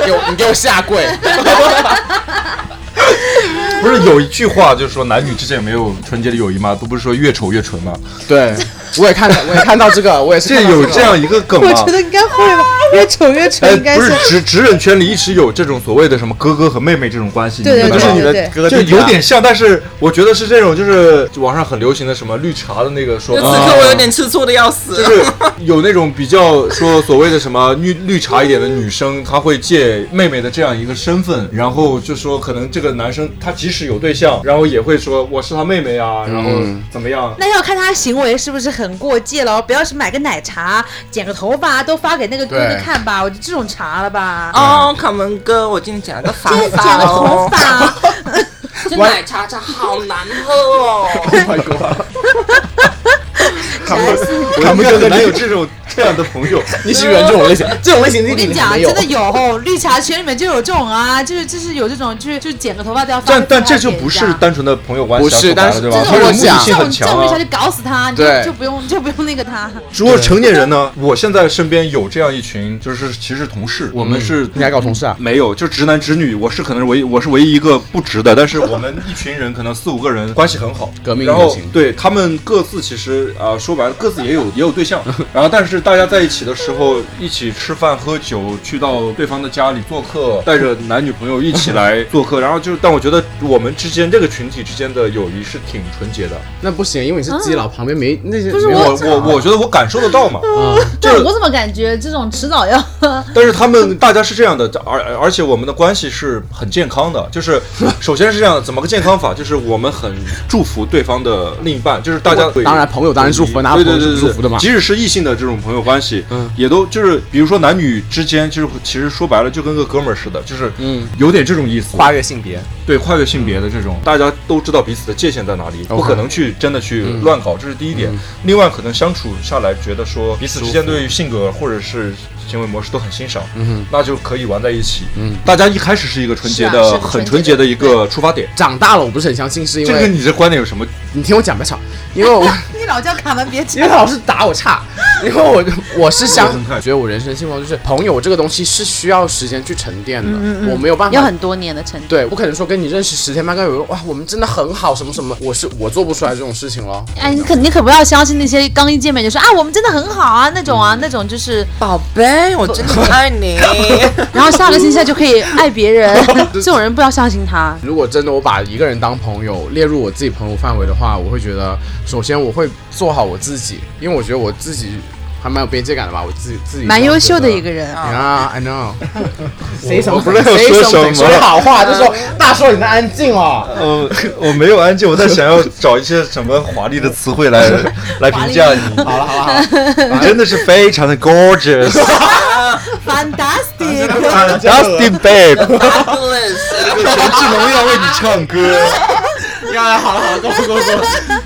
[SPEAKER 5] 给我你给我下跪。
[SPEAKER 1] 不是有一句话就是说男女之间有没有纯洁的友谊吗？都不是说越丑越纯 吗？
[SPEAKER 5] 对，我也看到，我也看到这个，我也是
[SPEAKER 1] 这
[SPEAKER 5] 看到
[SPEAKER 1] 有
[SPEAKER 5] 个
[SPEAKER 1] 这样一个梗
[SPEAKER 6] 我
[SPEAKER 1] 吗
[SPEAKER 6] 觉？得应该会 吧，越丑越丑，
[SPEAKER 1] 哎，
[SPEAKER 6] 应该
[SPEAKER 1] 不
[SPEAKER 6] 是
[SPEAKER 1] 是直直人圈里一直有这种所谓的什么哥哥和妹妹这种关系，
[SPEAKER 6] 对对
[SPEAKER 1] 你明白吗
[SPEAKER 6] 对对对
[SPEAKER 5] 哥
[SPEAKER 1] 就
[SPEAKER 5] 弟弟啊
[SPEAKER 1] 有点像，但是我觉得是这种，就是网上很流行的什么绿茶的那个说
[SPEAKER 3] 就此
[SPEAKER 1] 法，
[SPEAKER 3] 刻我有点吃醋的要死
[SPEAKER 1] 就。是有那种比较说所谓的什么绿绿茶一点的女生，她会借妹妹的这样一个身份，然后就说可能这个男生他即使有对象，然后也会说我是他妹妹啊，然后
[SPEAKER 3] 嗯
[SPEAKER 1] 怎么样，
[SPEAKER 4] 那要看他行为是不是很过界了，不要是买个奶茶、剪个头发都发给那个哥哥
[SPEAKER 5] 对
[SPEAKER 4] 看吧，我就这种茶了吧。
[SPEAKER 3] 哦，卡门哥，我今天剪了个发
[SPEAKER 4] 剪
[SPEAKER 3] 发
[SPEAKER 4] 个头
[SPEAKER 3] 哦，
[SPEAKER 4] 发，
[SPEAKER 3] 这奶茶茶好难喝哦。
[SPEAKER 1] 他们很难有这种这样的朋友。
[SPEAKER 5] 你喜欢这种类型， 这种类型的
[SPEAKER 4] 我跟
[SPEAKER 5] 弟弟
[SPEAKER 4] 你讲，
[SPEAKER 5] 没
[SPEAKER 4] 真
[SPEAKER 5] 有
[SPEAKER 4] 的。有绿茶圈里面就有这种啊，就是就是有这种，就是就剪个头发都要发。
[SPEAKER 1] 但但这就不是单纯的朋友关系啊，
[SPEAKER 5] 不是
[SPEAKER 1] 说白了
[SPEAKER 5] 但是
[SPEAKER 1] 对吧？
[SPEAKER 4] 这
[SPEAKER 5] 这
[SPEAKER 1] 他
[SPEAKER 5] 种我
[SPEAKER 1] 的目
[SPEAKER 5] 想
[SPEAKER 1] 的
[SPEAKER 4] 这
[SPEAKER 1] 性
[SPEAKER 4] 种
[SPEAKER 1] 很
[SPEAKER 4] 这
[SPEAKER 1] 强
[SPEAKER 4] 种绿
[SPEAKER 1] 啊
[SPEAKER 4] 茶。就搞死他，你
[SPEAKER 5] 对
[SPEAKER 4] 就就不用就不用那个他。
[SPEAKER 1] 如果成年人呢？我现在身边有这样一群，就是其实同
[SPEAKER 5] 嗯
[SPEAKER 1] 事，我们是
[SPEAKER 5] 你还搞同事啊？
[SPEAKER 1] 没有，就直男直女，我是可能是唯一我是唯一一个不直的，但是我们一群人可能四五个人关系很好，
[SPEAKER 5] 革命
[SPEAKER 1] 然
[SPEAKER 5] 友
[SPEAKER 1] 后
[SPEAKER 5] 情
[SPEAKER 1] 对他们各自其实啊、呃说白了各自也有也有对 象，然后但是大家在一起的时候一起吃饭喝酒，去到对方的家里做客，带着男女朋友一起 来做客，然后就但我觉得我们之间这个群体之间的友谊是挺纯洁的，那
[SPEAKER 5] 那不行，因为你是基佬，旁边没那些。
[SPEAKER 4] 不是
[SPEAKER 5] 没有
[SPEAKER 1] 我我我觉得我感受得到嘛，
[SPEAKER 5] 啊
[SPEAKER 1] 就是
[SPEAKER 4] 但我怎么感觉这种迟早 要？
[SPEAKER 1] 但是他们大家是这样的，而而且我们的关系是很健康的，就是 首先是这样的，怎么个健康法？就是我们很祝福对方的另一半，就是大家
[SPEAKER 5] 当然朋友当然祝福
[SPEAKER 1] 对
[SPEAKER 5] 哪有
[SPEAKER 1] 对对
[SPEAKER 5] 朋友是
[SPEAKER 1] 对
[SPEAKER 5] 不祝福的嘛
[SPEAKER 1] 对即使是异性的这种朋朋友关系，
[SPEAKER 5] 嗯
[SPEAKER 1] 也都就是比如说男女之间，就是其实说白了就跟个哥们儿似的，就是
[SPEAKER 5] 嗯
[SPEAKER 1] 有点这种意思，
[SPEAKER 5] 跨越性别，
[SPEAKER 1] 对跨越性别的这种，大家都知道彼此的界限在哪里，不可能去真的去乱搞，这是第一点。另外，可能相处下来觉得说彼此之间对于性格或者是行为模式都很欣赏，
[SPEAKER 5] 嗯
[SPEAKER 1] 那就可以玩在一起。
[SPEAKER 5] 嗯。
[SPEAKER 1] 大家一开始是一个纯洁
[SPEAKER 7] 是啊是
[SPEAKER 1] 的、
[SPEAKER 7] 很
[SPEAKER 1] 很
[SPEAKER 7] 纯
[SPEAKER 1] 纯
[SPEAKER 7] 洁
[SPEAKER 1] 洁
[SPEAKER 7] 的
[SPEAKER 1] 的一个出发点。
[SPEAKER 5] 长大了我不是很相信，是因
[SPEAKER 1] 这个
[SPEAKER 5] 为
[SPEAKER 1] 你这观点有什么？
[SPEAKER 5] 你听我讲，别吵，因为我
[SPEAKER 7] 你老叫卡门别
[SPEAKER 5] 因为他老是打我 岔，因为我我是想
[SPEAKER 1] 我很快
[SPEAKER 5] 觉得我人生幸福就是朋友这个东西是需要时间去沉淀的，我没有 办
[SPEAKER 7] 要
[SPEAKER 5] 法。
[SPEAKER 7] 很多年的沉淀。
[SPEAKER 5] 对，我可能说跟你认识十天半个月，哇，我们真的很好，什么什么，我是我做不出来这种事情咯。
[SPEAKER 7] 哎，你可你可不要相信那些刚一见面就说啊，我们真的很好啊那种
[SPEAKER 1] 嗯
[SPEAKER 7] 啊，那种就是，
[SPEAKER 3] 宝贝，我 真的爱你。
[SPEAKER 7] 然后下个星期他就可以爱别人， 这种人不要相信他。
[SPEAKER 5] 如果真的我把一个人当朋友列入我自己朋友范围的话，我会觉得，首先我会做好我自己，因为我觉得我自己还蛮有边界感的吧，我自己自己
[SPEAKER 7] 蛮优秀的一
[SPEAKER 5] 个。
[SPEAKER 7] 个 人，
[SPEAKER 5] 啊、i know。谁什么
[SPEAKER 1] 不知道 要
[SPEAKER 5] 谁
[SPEAKER 1] 说
[SPEAKER 5] 什么
[SPEAKER 1] 什么
[SPEAKER 5] 说好话就说 大叔你那安静哦。
[SPEAKER 1] 呃，我没有安静，我在想要找一些什么华丽的词汇来来评价你。
[SPEAKER 5] 好了好了好了，
[SPEAKER 1] 你真的是非常的 gorgeous，
[SPEAKER 7] ，fantastic，
[SPEAKER 1] Dustin Babe，
[SPEAKER 3] Fabulous，
[SPEAKER 1] 用权志龙要为你唱歌。
[SPEAKER 5] 呀好了好了，够了够了够了。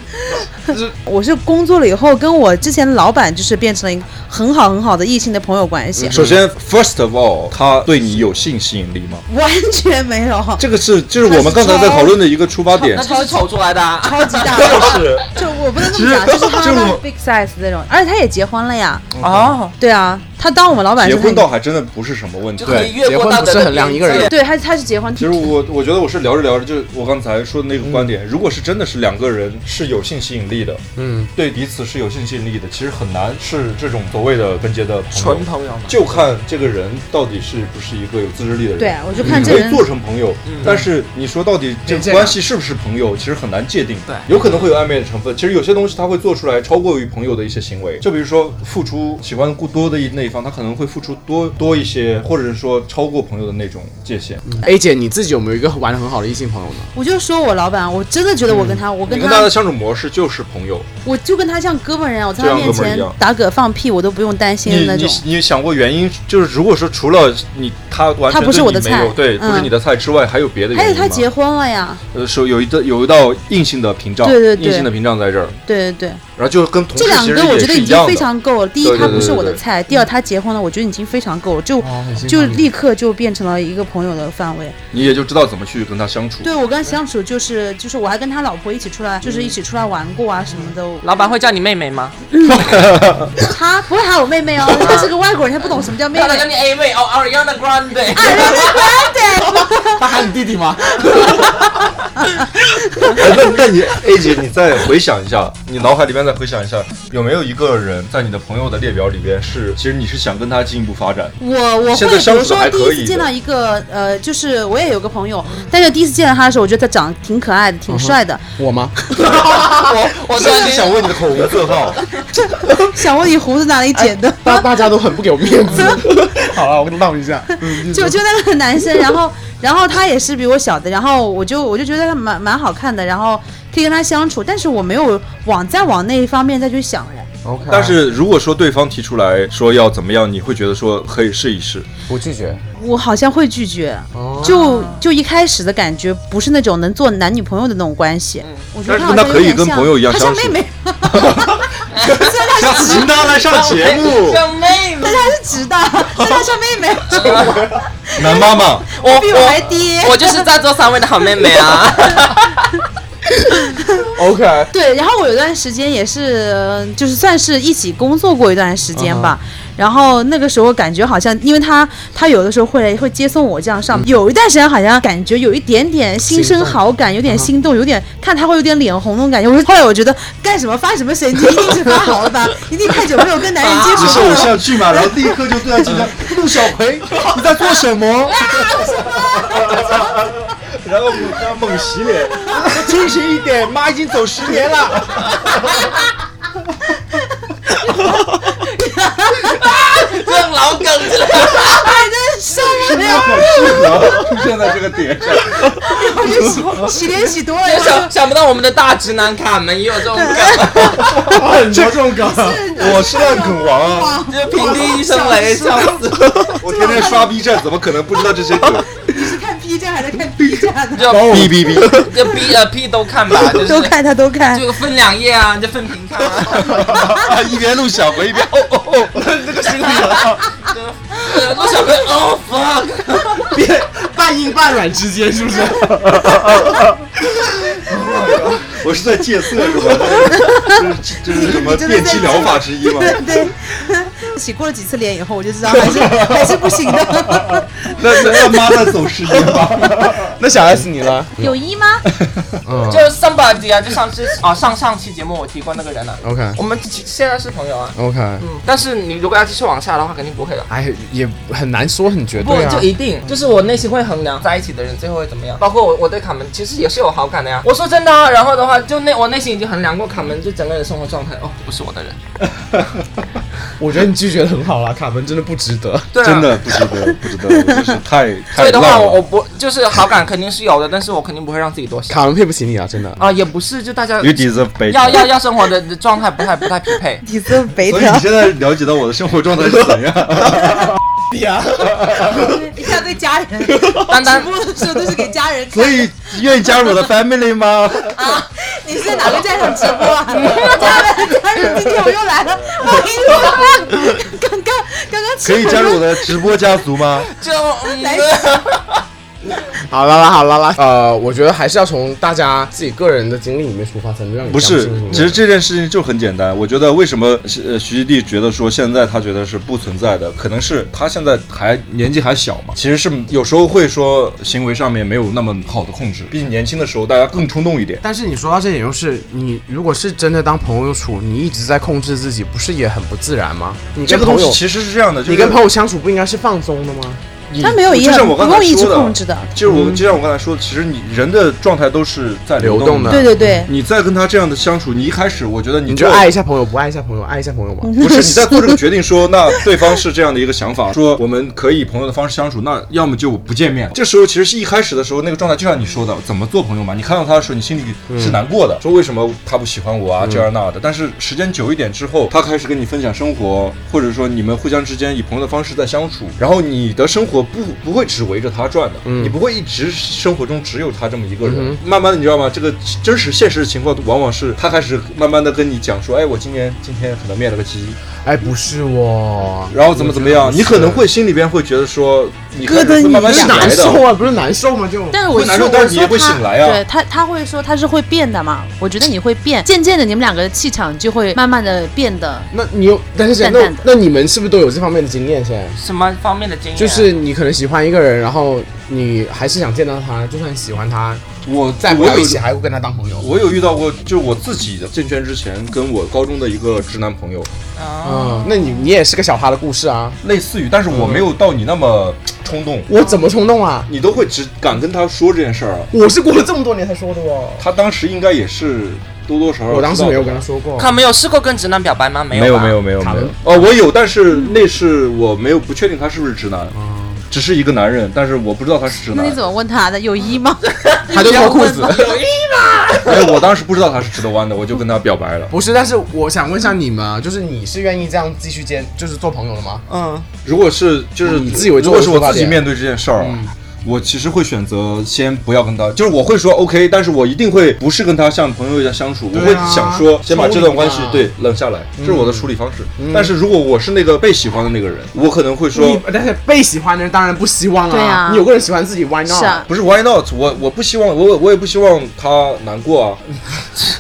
[SPEAKER 4] 我是工作了以后，跟我之前的老板就是变成了一个很好很好的异性的朋友关系，
[SPEAKER 1] 首先，first of all，他对你有性吸引力吗？
[SPEAKER 4] 完全没 有，
[SPEAKER 1] 这个是就是我们刚才在讨论的一个出发点
[SPEAKER 3] 那。就是丑出来的啊。
[SPEAKER 4] 超级大，
[SPEAKER 1] 是，
[SPEAKER 4] 就我不能这么讲，就是他
[SPEAKER 1] 其实
[SPEAKER 4] 的
[SPEAKER 1] 我
[SPEAKER 4] big size 那种，而且他也结婚了呀，
[SPEAKER 3] 哦，
[SPEAKER 4] 对啊，他当我们老板
[SPEAKER 1] 结
[SPEAKER 4] 是
[SPEAKER 1] 婚倒还真的不是什么问题
[SPEAKER 3] 就。可以越过道
[SPEAKER 5] 结婚不
[SPEAKER 3] 德的
[SPEAKER 5] 是衡量一个人
[SPEAKER 3] 边界
[SPEAKER 4] 对他他是结婚，
[SPEAKER 1] 其实我我觉得我是聊着聊着，就我刚才说的那个观点，如果是真的是两个人是有性吸引力的，
[SPEAKER 5] 嗯，
[SPEAKER 1] 对彼此是有性吸引力的，其实很难是这种所谓的分界的朋友
[SPEAKER 3] 纯，朋友嘛。
[SPEAKER 1] 就看这个人到底是不是一个有自制力的人。
[SPEAKER 4] 对啊，我就看
[SPEAKER 1] 你
[SPEAKER 4] 这
[SPEAKER 1] 可
[SPEAKER 4] 个人
[SPEAKER 1] 以做成朋友，但是你说到底这
[SPEAKER 5] 边界
[SPEAKER 1] 个
[SPEAKER 5] 感
[SPEAKER 1] 关系是不是朋友，其实很难界定。
[SPEAKER 3] 对
[SPEAKER 1] 有可能会有暧昧的成分。其实有些东西他会做出来超过于朋友的一些行为，就比如说付出喜欢过多的一那一方，他可能会付出多多一些，或者是说超过朋友的那种界限。
[SPEAKER 5] A 哎姐，你自己有没有一个玩的很好的异性朋友呢？
[SPEAKER 4] 我就说我老板，我真的觉得我跟他，我
[SPEAKER 1] 嗯你
[SPEAKER 4] 跟
[SPEAKER 1] 跟他
[SPEAKER 4] 他
[SPEAKER 1] 的，相处模式就是朋友。
[SPEAKER 4] 我就跟他像哥们儿一样，我在他
[SPEAKER 1] 就像
[SPEAKER 4] 面
[SPEAKER 1] 哥们儿
[SPEAKER 4] 前
[SPEAKER 1] 一样
[SPEAKER 4] 打嗝放屁，我都不用担心
[SPEAKER 1] 你
[SPEAKER 4] 的那
[SPEAKER 1] 你
[SPEAKER 4] 种。
[SPEAKER 1] 你想过原因？就是如果说除了你他完
[SPEAKER 4] 他
[SPEAKER 1] 全
[SPEAKER 4] 不是
[SPEAKER 1] 对
[SPEAKER 4] 我
[SPEAKER 1] 你
[SPEAKER 4] 的
[SPEAKER 1] 没
[SPEAKER 4] 菜
[SPEAKER 1] 有对，
[SPEAKER 4] 嗯
[SPEAKER 1] 不是你的菜之外，还有别的原
[SPEAKER 4] 还
[SPEAKER 1] 因
[SPEAKER 4] 有
[SPEAKER 1] 吗？
[SPEAKER 4] 他结婚了呀，
[SPEAKER 1] 呃，是有一道有一道硬性的屏障，
[SPEAKER 4] 对对对
[SPEAKER 1] 硬性的屏障在这儿，
[SPEAKER 4] 对对对，
[SPEAKER 1] 然后就跟同事
[SPEAKER 4] 这两
[SPEAKER 1] 其实
[SPEAKER 4] 个我
[SPEAKER 1] 也
[SPEAKER 4] 觉得
[SPEAKER 1] 是
[SPEAKER 4] 已
[SPEAKER 1] 一
[SPEAKER 4] 经
[SPEAKER 1] 样的
[SPEAKER 4] 非。常够了。第一，
[SPEAKER 1] 对对
[SPEAKER 4] 他
[SPEAKER 1] 对
[SPEAKER 4] 不是我的
[SPEAKER 1] 对对
[SPEAKER 4] 菜；第二，他结婚了，我觉得已经非常够了，就
[SPEAKER 5] 哦很欣赏
[SPEAKER 4] 就
[SPEAKER 5] 你
[SPEAKER 4] 立刻就变成了一个朋友的范围。
[SPEAKER 1] 你也就知道怎么去跟他相处。
[SPEAKER 4] 对我跟他相处就是就是我还跟他老婆一起出来，就是一起出
[SPEAKER 1] 嗯
[SPEAKER 4] 来玩过啊什么的。
[SPEAKER 3] 老板会叫你妹妹吗？
[SPEAKER 4] 他不会喊我妹妹 哦，他是个外国人，他不懂什么叫妹
[SPEAKER 3] 老板叫
[SPEAKER 4] 妹。
[SPEAKER 3] 你 A 妹哦，Ariana Grande。
[SPEAKER 5] 他喊你弟弟吗？
[SPEAKER 1] 哎那那你 A 姐，你再回想一下，你脑海里面再回想一下，有没有一个人在你的朋友的列表里边是，其实你是想跟他进一步发展？
[SPEAKER 4] 我我会
[SPEAKER 1] 现
[SPEAKER 4] 比
[SPEAKER 1] 在相
[SPEAKER 4] 如
[SPEAKER 1] 处
[SPEAKER 4] 说
[SPEAKER 1] 还
[SPEAKER 4] 第
[SPEAKER 1] 可
[SPEAKER 4] 一次
[SPEAKER 1] 以嗯的
[SPEAKER 4] 见到一个呃，就是我也有个朋友，但是第一次见到他的时候，我觉得他长得挺可爱的，
[SPEAKER 1] 嗯
[SPEAKER 4] 挺帅的。
[SPEAKER 5] 我吗？
[SPEAKER 3] 我
[SPEAKER 1] 我
[SPEAKER 3] 突然
[SPEAKER 1] 在
[SPEAKER 3] 间
[SPEAKER 1] 想问你的口红色号，
[SPEAKER 4] 想问你胡子哪里剪的？
[SPEAKER 5] 大 大家都很不给我面 子。好了，我闹一下。嗯
[SPEAKER 4] 就就那个男生，然后然后他也是比我小的，然后我就我就觉得他蛮蛮好看的，然后可以跟他相处，但是我没有往再往那一方面再去想了。
[SPEAKER 5] OK，
[SPEAKER 1] 但是如果说对方提出来说要怎么样，你会觉得说可以试一试。
[SPEAKER 5] 我拒绝。
[SPEAKER 4] 我好像会拒绝，
[SPEAKER 5] 哦
[SPEAKER 4] 就就一开始的感觉不是那种能做男女朋友的那种关系。我觉得
[SPEAKER 1] 但
[SPEAKER 4] 好
[SPEAKER 1] 是
[SPEAKER 4] 像
[SPEAKER 1] 他
[SPEAKER 4] 有
[SPEAKER 1] 可以
[SPEAKER 4] 点
[SPEAKER 1] 跟
[SPEAKER 4] 像
[SPEAKER 1] 朋友一样
[SPEAKER 4] 他像
[SPEAKER 1] 相
[SPEAKER 4] 妹
[SPEAKER 1] 处
[SPEAKER 4] 妹，
[SPEAKER 1] 请他来上节 目，
[SPEAKER 3] 叫妹妹
[SPEAKER 4] 但。他是直的，但他像妹妹，
[SPEAKER 1] 男妈妈，
[SPEAKER 3] 我
[SPEAKER 4] 比我还低。
[SPEAKER 3] 我就是在座三位的好妹妹啊。
[SPEAKER 5] OK，
[SPEAKER 4] 对，然后我有段时间也是，呃就是算是一起工作过一段时间吧。然后那个时候感觉好像，因为他他有的时候会会接送我这样上，有一段时间好像感觉有一点点心
[SPEAKER 5] 心
[SPEAKER 4] 生
[SPEAKER 5] 动
[SPEAKER 4] 好感，有点心动，有点看他会有点脸红那种感觉。我说后来我觉得干什么发什么神经，一定是发好了吧，一定太久没有跟男人接
[SPEAKER 1] 只是
[SPEAKER 4] 触过
[SPEAKER 1] 偶
[SPEAKER 4] 了。
[SPEAKER 1] 像剧嘛，然后立刻就对他紧张。陆小葵，你在做什么？然后我他猛洗脸，清醒一点，妈已经走十年了。
[SPEAKER 3] 这种老梗真的
[SPEAKER 4] 哎，真是受不了。
[SPEAKER 1] 很适合出现在这个点上。
[SPEAKER 4] 啊我就洗洗脸洗多了，
[SPEAKER 3] 就
[SPEAKER 4] 然后
[SPEAKER 3] 想想不到我们的大直男卡门也有这种梗，
[SPEAKER 1] 哎
[SPEAKER 5] 很多这种梗，
[SPEAKER 1] 我是烂梗王啊！
[SPEAKER 3] 就是平地一声雷，笑死。
[SPEAKER 1] 我天天刷 B 站，怎么可能不知道这些梗？
[SPEAKER 4] 就是看 B 站还在看 B 站 呢。
[SPEAKER 3] 就
[SPEAKER 1] 哔哔哔！
[SPEAKER 3] 就 B 呃 P 都看吧，就是
[SPEAKER 6] 都看他都看，
[SPEAKER 3] 就分两页啊，就分屏看啊，
[SPEAKER 1] 啊，一边录小鬼一边哦哦哦，这个心里
[SPEAKER 3] 呃陆小哥哦 fuck，
[SPEAKER 5] 别半硬半软之间，是不是？
[SPEAKER 1] 我是在戒色是吧？这是这是什么电击疗法之一吗？
[SPEAKER 6] 对 对， 洗过了几次脸以后，我就知道还 是还是不行的。。
[SPEAKER 1] 那那妈在走失业吧？
[SPEAKER 5] 那小 S 你了？
[SPEAKER 4] 有一吗？
[SPEAKER 5] 嗯
[SPEAKER 3] 就是 somebody 啊，就上次啊上上期节目我提过那个人啊，
[SPEAKER 5] ，OK
[SPEAKER 3] 我们现在是朋友啊，
[SPEAKER 5] OK，
[SPEAKER 3] 嗯，但是你如果要继续往下的话，肯定不会了。
[SPEAKER 5] 哎，也很难说很绝
[SPEAKER 3] 不
[SPEAKER 5] 对啊
[SPEAKER 3] 就。一定，就是我内心会衡量在一起的人最后会怎么样，包括我，我对卡门其实也是有好感的呀。我说真的啊，然后的话，就内我内心已经衡量过卡门就整个人生活状态，哦，不是我的人，
[SPEAKER 5] 我觉得你拒绝的很好啦，卡门真的不值得。
[SPEAKER 3] 对啊，
[SPEAKER 1] 真的不值得，不值得，我真是太
[SPEAKER 3] 所
[SPEAKER 1] 太
[SPEAKER 3] 以的话，
[SPEAKER 1] 烂
[SPEAKER 3] 我我
[SPEAKER 1] 了。
[SPEAKER 3] 不就是好感肯定是有的，但是我肯定不会让自己多 想
[SPEAKER 5] 卡门配不起你啊，真的。
[SPEAKER 3] 啊，也不是就大家
[SPEAKER 1] You deserve better。
[SPEAKER 3] 要要要生活的的状态不太不太匹配
[SPEAKER 6] 几次北
[SPEAKER 1] 所以你
[SPEAKER 6] 条，
[SPEAKER 1] 现在了解到我的生活状态是怎样？
[SPEAKER 4] 一 下对家 人，
[SPEAKER 3] 丹丹
[SPEAKER 4] 直播的时候都是给家人看。
[SPEAKER 1] 所以愿意加 入我的 family 吗？
[SPEAKER 4] 啊，你是在哪个站上直播 啊？家人，家人，今天我又来了，
[SPEAKER 6] 哎
[SPEAKER 4] 我跟你说，刚刚刚刚
[SPEAKER 1] 可以加入我的直播家族吗？
[SPEAKER 3] 就嗯，
[SPEAKER 5] 好啦啦，好啦啦。呃，我觉得还是要从大家自己个人的经历里面出发，才能让你
[SPEAKER 1] 不
[SPEAKER 5] 相
[SPEAKER 1] 是
[SPEAKER 5] 信，
[SPEAKER 1] 其实这件事情就很简单。我觉得为什么呃徐基地觉得说现在他觉得是不存在的，可能是他现在还年纪还小嘛，其实是有时候会说行为上面没有那么好的控制，毕竟年轻的时候大家更冲动一点。
[SPEAKER 5] 但是你说到这点，就是你如果是真的当朋友处，你一直在控制自己，不是也很不自然吗？你
[SPEAKER 1] 这
[SPEAKER 5] 跟
[SPEAKER 1] 个东
[SPEAKER 5] 朋
[SPEAKER 1] 西
[SPEAKER 5] 友，
[SPEAKER 1] 其实是这样的，就
[SPEAKER 5] 你
[SPEAKER 1] 是
[SPEAKER 5] 跟朋友相处不应该是放松的吗？
[SPEAKER 6] 他没有一
[SPEAKER 1] 就像我
[SPEAKER 6] 样不
[SPEAKER 1] 刚才
[SPEAKER 6] 用一直
[SPEAKER 1] 说的
[SPEAKER 6] 控制的。嗯
[SPEAKER 1] 就是我就像我刚才说，的，其实你人的状态都是在
[SPEAKER 5] 流
[SPEAKER 1] 动
[SPEAKER 5] 动的
[SPEAKER 6] 对对对，
[SPEAKER 1] 你再跟他这样的相处，你一开始我觉得你
[SPEAKER 5] 你
[SPEAKER 1] 就
[SPEAKER 5] 就爱一下朋友，不爱一下朋友，爱一下朋友 吧。
[SPEAKER 1] 不是你在做这个决定说，那对方是这样的一个想法，说我们可以以朋友的方式相处，那要么就不见面。这时候其实是一开始的时候那个状态，就像你说的，怎么做朋友嘛？你看到他的时候，你心里是难过的，说为什么他不喜欢我啊，这样那的。但是时间久一点之后，他开始跟你分享生活，或者说你们互相之间以朋友的方式在相处，然后你的生活不不会只围着他转的，你不会一直生活中只有他这么一个人。
[SPEAKER 5] 嗯
[SPEAKER 1] 慢慢的，你知道吗？这个真实现实的情况，往往是他开始慢慢的跟你讲说，哎，我今年今天可能面了个鸡。
[SPEAKER 5] 哎，不是我，
[SPEAKER 1] 然后怎么怎么样，你可能会心里边会觉得说，你可能会慢慢
[SPEAKER 5] 是
[SPEAKER 1] 醒
[SPEAKER 5] 难
[SPEAKER 1] 来
[SPEAKER 5] 受
[SPEAKER 1] 的。
[SPEAKER 5] 啊，不是难受吗？就
[SPEAKER 6] 但是我
[SPEAKER 1] 会难
[SPEAKER 6] 说
[SPEAKER 1] 受但
[SPEAKER 6] 我
[SPEAKER 1] 是你也
[SPEAKER 6] 说
[SPEAKER 1] 会
[SPEAKER 6] 他
[SPEAKER 1] 醒来啊
[SPEAKER 6] 对他他会说他是会变的嘛？我觉得你会变，渐渐的你们两个的气场就会慢慢的变的。
[SPEAKER 5] 那你有，但是那
[SPEAKER 6] 淡淡的啊
[SPEAKER 5] 那你们是不是都有这方面的经验？现在
[SPEAKER 3] 什么方面的经验？啊
[SPEAKER 5] 就是你可能喜欢一个人，然后你还是想见到他，就算喜欢他，
[SPEAKER 1] 我
[SPEAKER 5] 再不
[SPEAKER 1] 我
[SPEAKER 5] 到
[SPEAKER 1] 有
[SPEAKER 5] 一起还会跟他当朋友。
[SPEAKER 1] 我有遇到过，就是我自己的进圈之前，跟我高中的一个直男朋友
[SPEAKER 3] 啊，
[SPEAKER 5] 嗯，那你你也是个小哈的故事啊，
[SPEAKER 1] 类似于，但是我没有到你那么冲动，
[SPEAKER 5] 我怎么冲动啊？
[SPEAKER 1] 你都会只敢跟他说这件事儿啊。
[SPEAKER 5] 我是过了这么多年才说的哦。
[SPEAKER 1] 他当时应该也是多多少少，
[SPEAKER 5] 我当时没有跟他。说过，
[SPEAKER 3] 卡门有试过跟直男表白吗？没
[SPEAKER 1] 没有
[SPEAKER 3] 吧
[SPEAKER 1] 没有没有
[SPEAKER 5] 卡
[SPEAKER 1] 没
[SPEAKER 5] 门
[SPEAKER 1] 有，哦，我有，但是那是我没有不确定他是不是直男，
[SPEAKER 5] 嗯
[SPEAKER 1] 只是一个男人，但是我不知道他是直
[SPEAKER 4] 那
[SPEAKER 1] 男
[SPEAKER 4] 你，怎么问他的？有一吗？
[SPEAKER 5] 他就脱裤子。
[SPEAKER 1] 因为我当时不知道他是直的弯的，我就跟他表白了。
[SPEAKER 5] 不是，但是我想问一下你们啊，就是你是愿意这样继续见，就是做朋友的吗？
[SPEAKER 3] 嗯，
[SPEAKER 1] 如果是就是
[SPEAKER 5] 你自己为
[SPEAKER 1] 嗯如
[SPEAKER 5] 做
[SPEAKER 1] 果
[SPEAKER 5] 的
[SPEAKER 1] 是
[SPEAKER 5] 出发点嗯
[SPEAKER 1] 我自己面对这件事儿啊。我其实会选择先不要跟他，就是我会说 OK，但是我一定会不是跟他像朋友一样相处，我
[SPEAKER 5] 对啊
[SPEAKER 1] 会想说先把这段关系
[SPEAKER 5] 处理嘛嗯
[SPEAKER 1] 对冷下来，这是我的处理方式。但是如果我是那个被喜欢的那个人，我可能会
[SPEAKER 5] 你
[SPEAKER 1] 说
[SPEAKER 5] 但是被喜欢的人当然不希望啊，
[SPEAKER 6] 对啊
[SPEAKER 5] 你有个人喜欢自己，Why not？
[SPEAKER 6] 是啊，
[SPEAKER 1] 不是 Why not？我我不希望我我也不希望他难过啊，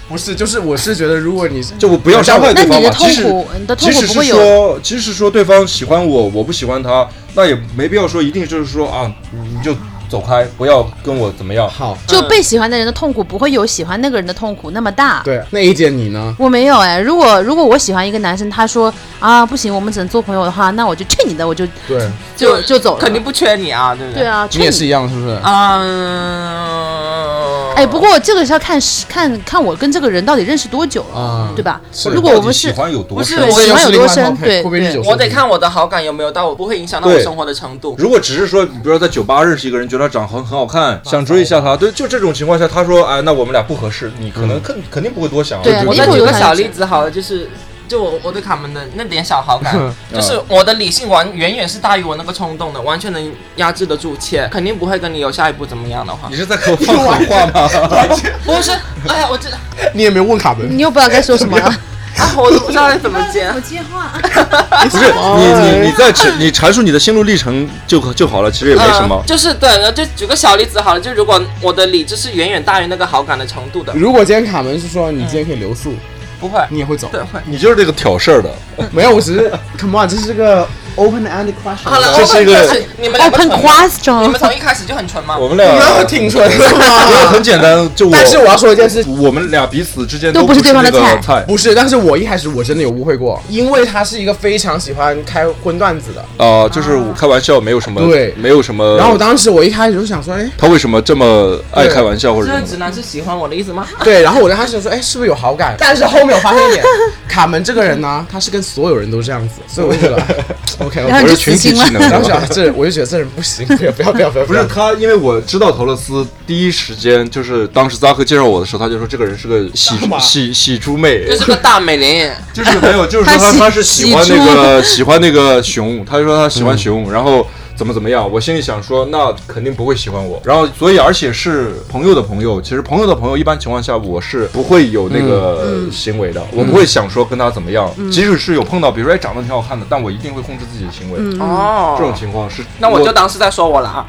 [SPEAKER 5] 不是，就是我是觉得，如果你是
[SPEAKER 1] 就我不要伤害
[SPEAKER 6] 那
[SPEAKER 1] 对
[SPEAKER 6] 你
[SPEAKER 1] 方
[SPEAKER 6] 的
[SPEAKER 1] 嘛。
[SPEAKER 6] 痛
[SPEAKER 1] 即使
[SPEAKER 6] 苦，你的痛
[SPEAKER 1] 即
[SPEAKER 6] 苦
[SPEAKER 1] 使
[SPEAKER 6] 不
[SPEAKER 1] 是
[SPEAKER 6] 会有。
[SPEAKER 1] 说，即使说对方喜欢我，我不喜欢他，那也没必要说一定就是说啊，你就走开，不要跟我怎么样。
[SPEAKER 5] 好，
[SPEAKER 6] 就被喜欢的人的痛苦不会有喜欢那个人的痛苦那么大。
[SPEAKER 5] 对，那一姐你呢？
[SPEAKER 6] 我没有哎，如果如果我喜欢一个男生，他说啊不行，我们只能做朋友的话，那我就去你的，我就
[SPEAKER 5] 对
[SPEAKER 6] 就就走了。
[SPEAKER 3] 肯定不缺你啊，对不
[SPEAKER 6] 对
[SPEAKER 3] 对？
[SPEAKER 6] 啊，去
[SPEAKER 5] 你也是一样，是不是？
[SPEAKER 3] 嗯，
[SPEAKER 4] 哎，不过这个是要看是看看我跟这个人到底认识多久了，
[SPEAKER 5] 啊
[SPEAKER 4] 对吧？
[SPEAKER 8] 是
[SPEAKER 4] 如果我
[SPEAKER 8] 到底
[SPEAKER 4] 们
[SPEAKER 8] 喜
[SPEAKER 4] 是
[SPEAKER 8] 欢有多
[SPEAKER 3] 不是
[SPEAKER 8] 深
[SPEAKER 3] 我
[SPEAKER 5] 这
[SPEAKER 4] 喜
[SPEAKER 5] 又
[SPEAKER 4] 欢
[SPEAKER 5] 是
[SPEAKER 4] 有
[SPEAKER 5] 另
[SPEAKER 4] 多
[SPEAKER 5] 外一套
[SPEAKER 4] 深
[SPEAKER 5] 配
[SPEAKER 4] 对
[SPEAKER 5] 会不会是
[SPEAKER 4] 对
[SPEAKER 5] 有
[SPEAKER 3] 我得看我的好感有没有到，我不会影响到我
[SPEAKER 1] 对
[SPEAKER 3] 生活的程度。
[SPEAKER 1] 如果只是说，比如说在酒吧认识一个人，觉得他长得很很好看，想追一下他，对，就这种情况下，他说，哎，那我们俩不合适，你可能肯肯定不会多想。
[SPEAKER 4] 对啊
[SPEAKER 1] 就
[SPEAKER 3] 我
[SPEAKER 1] 觉
[SPEAKER 3] 再
[SPEAKER 1] 得
[SPEAKER 4] 一
[SPEAKER 3] 举
[SPEAKER 4] 会
[SPEAKER 3] 个
[SPEAKER 4] 儿
[SPEAKER 3] 小例子好了，就是就我我对卡门的那点小好 感，就是我的理性完远远是大于我那个冲动的，完全能压制得住，且肯定不会跟你有下一步怎么样的话
[SPEAKER 1] 你。是在给我放狠话吗？
[SPEAKER 3] 不是，哎呀，我这
[SPEAKER 5] 你也没有问卡门，
[SPEAKER 4] 你又不知道该说什么了。
[SPEAKER 3] 啊，我都不知道该怎么 接。
[SPEAKER 6] 我接话，
[SPEAKER 1] 不是你你你在阐你阐述你的心路历程就就好了，其实也没什么
[SPEAKER 3] 嗯，。就是对，就举个小例子好了，就如果我的理智是远远大于那个好感的程度的，
[SPEAKER 5] 如果今天卡门是说你今天可以留宿，
[SPEAKER 3] 不会，
[SPEAKER 5] 你也会走？
[SPEAKER 3] 对会。
[SPEAKER 1] 你就是这个挑事儿的，
[SPEAKER 5] 没有，我只是 come on，这是个 open ended question。
[SPEAKER 3] 好了，哦
[SPEAKER 1] 这
[SPEAKER 3] 我
[SPEAKER 1] 是一
[SPEAKER 3] 们
[SPEAKER 1] 个
[SPEAKER 3] 就是你
[SPEAKER 4] 哦
[SPEAKER 3] 们两个
[SPEAKER 6] Open
[SPEAKER 3] 纯吗？你
[SPEAKER 6] question
[SPEAKER 3] 们。从一开始就很纯吗？
[SPEAKER 1] 我啊们
[SPEAKER 5] 你
[SPEAKER 1] 俩
[SPEAKER 5] 要挺纯的
[SPEAKER 1] 因为
[SPEAKER 5] 嘛。
[SPEAKER 1] 很简单，就我
[SPEAKER 5] 但是我要说一件事，
[SPEAKER 1] 我们俩彼此之间
[SPEAKER 6] 都
[SPEAKER 1] 都
[SPEAKER 6] 不是对方的
[SPEAKER 1] 那个
[SPEAKER 6] 菜
[SPEAKER 1] 菜
[SPEAKER 5] 不是，但是我一开始我真的有误会过，因为他是一个非常喜欢开荤段子的，
[SPEAKER 1] 啊，就是我开玩笑，没有什么
[SPEAKER 5] 对
[SPEAKER 1] 没有什么。
[SPEAKER 5] 然后我当时我一开始就想说，哎，
[SPEAKER 1] 他为什么这么爱
[SPEAKER 5] 对
[SPEAKER 1] 开玩笑或者
[SPEAKER 3] 这
[SPEAKER 1] 什
[SPEAKER 3] 个
[SPEAKER 1] 么？
[SPEAKER 3] 直男是喜欢我的意思吗？
[SPEAKER 5] 对，然后我就开始说，哎，是不是有好感？但是后面我发现一点，卡门这个人呢，他是跟所有人都这样子，所以我就觉得，OK，
[SPEAKER 6] 然后
[SPEAKER 1] 我
[SPEAKER 6] 你就
[SPEAKER 1] 是群
[SPEAKER 6] 死
[SPEAKER 1] 体
[SPEAKER 6] 心了
[SPEAKER 1] 技。能
[SPEAKER 5] 然
[SPEAKER 1] 的
[SPEAKER 5] 后想这我就觉得这人不行， 不要不要不要不要，
[SPEAKER 1] 不是他，因为我知道陶乐斯第一时间就是当时扎克介绍我的时候，他就说这个人是个喜
[SPEAKER 5] 干嘛
[SPEAKER 1] 喜喜猪妹，
[SPEAKER 3] 就是个大美玲，
[SPEAKER 1] 就是没有，就是说他
[SPEAKER 4] 他喜
[SPEAKER 1] 他是喜欢那个喜欢那个熊，他就说他喜欢熊，然后怎么怎么样，我心里想说那肯定不会喜欢我，然后所以而且是朋友的朋友，其实朋友的朋友一般情况下我是不会有那个行为的，我不会想说跟他怎么样，即使是有碰到，比如说哎长得挺好看的，但我一定会控制自己的行为。
[SPEAKER 3] 哦
[SPEAKER 1] 这种情况是，
[SPEAKER 3] 那我就当是在说我了啊。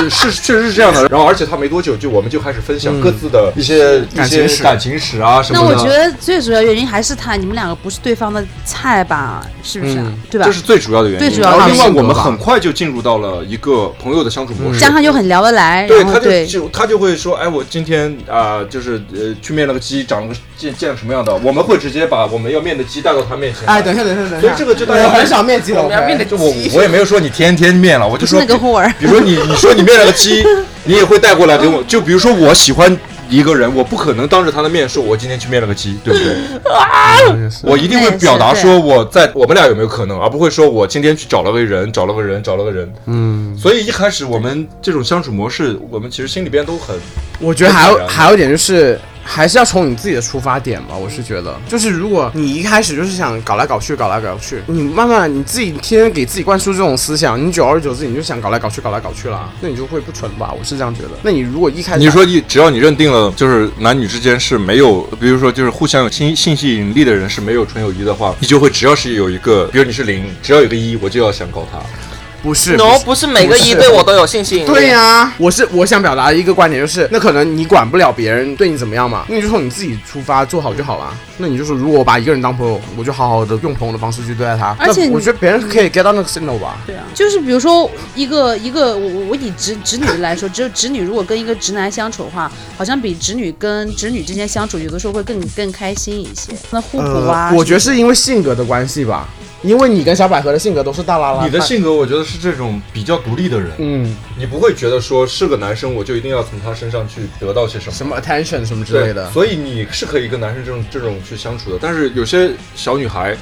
[SPEAKER 1] 是是确实是这样的。然后而且他没多久就我们就开始分享各自的一些一
[SPEAKER 5] 感
[SPEAKER 1] 些
[SPEAKER 5] 情史
[SPEAKER 1] 感情史啊什么
[SPEAKER 4] 那
[SPEAKER 1] 的。
[SPEAKER 4] 我觉得最主要原因还是他，你们两个不是对方的菜吧？是不是啊？对吧
[SPEAKER 1] 这？是最主要的原因。
[SPEAKER 4] 最主要的
[SPEAKER 1] 然后另外，
[SPEAKER 5] 原因
[SPEAKER 1] 我们很快就进入到了一个朋友的相处模式。
[SPEAKER 4] 嗯加上又很聊得来，
[SPEAKER 1] 对，
[SPEAKER 4] 然后
[SPEAKER 1] 他就
[SPEAKER 4] 对，
[SPEAKER 1] 就他就会说，哎，我今天啊、就是呃，去面了个鸡，长了个见见了什么样的？我们会直接把我们要面的鸡带到他面
[SPEAKER 4] 啊
[SPEAKER 1] 前。
[SPEAKER 5] 哎，等一下等一下等一
[SPEAKER 1] 所以
[SPEAKER 5] 下，
[SPEAKER 1] 这个就大
[SPEAKER 5] 我
[SPEAKER 1] 家
[SPEAKER 5] 很少面积了，
[SPEAKER 3] 我们要
[SPEAKER 5] OK
[SPEAKER 3] 面对
[SPEAKER 1] 就我我也没有说你天天面了，我就
[SPEAKER 4] 不是
[SPEAKER 1] 说
[SPEAKER 4] 那个货儿。
[SPEAKER 1] 比如说你，你说你面了个鸡， 你也会带过来给我。就比如说我喜欢一个人，我不可能当着他的面说我今天去面了个鸡，对不对？我一定会表达说我在我们俩有没有可能，而不会说我今天去找了个人，找了个人，找了个人。
[SPEAKER 5] 嗯，
[SPEAKER 1] 所以一开始我们这种相处模式，我们其实心里边都很
[SPEAKER 5] 我觉得还有还有一点就是，还是要从你自己的出发点吧。我是觉得，就是如果你一开始就是想搞来搞去，搞来搞去，你慢慢你自己天天给自己灌输这种思想，你久而久之你就想搞来搞去，搞来搞去啦，那你就会不纯吧。我是这样觉得。那你如果一开始
[SPEAKER 1] 你说你只要你认定了，就是男女之间是没有，比如说就是互相有性性吸引力的人是没有纯友谊的话，你就会只要是有一个，比如你是零，只要有个一，我就要想搞他。
[SPEAKER 5] 不是
[SPEAKER 3] no，
[SPEAKER 5] 不是
[SPEAKER 3] 不是每个一对我都有信心。
[SPEAKER 5] 对呀、我是我想表达的一个观点就是，那可能你管不了别人对你怎么样嘛，那你就从你自己出发做好就好啦。那你就说，如果我把一个人当朋友，我就好好的用朋友的方式去对待他。
[SPEAKER 4] 而且
[SPEAKER 5] 那
[SPEAKER 4] 你
[SPEAKER 5] 我觉得别人可以 get 到那个 signal 吧。
[SPEAKER 4] 就是比如说一个一个我我我以直直女来说，只有直女如果跟一个直男相处的话，好像比直女跟直女之间相处，有的时候会更更开心一些。那互补啊，
[SPEAKER 5] 呃，我觉得是因为性格的关系吧，因为你跟小百合的性格都是大拉拉。
[SPEAKER 1] 你的，性格，我觉得是这种比较独立的人，
[SPEAKER 5] 嗯，
[SPEAKER 1] 你不会觉得说是个男生我就一定要从他身上去得到些什么。
[SPEAKER 5] 什么 attention 什么之
[SPEAKER 1] 对
[SPEAKER 5] 类的，
[SPEAKER 1] 所以你是可以跟男生这种这种去相处的。但是有些小女孩，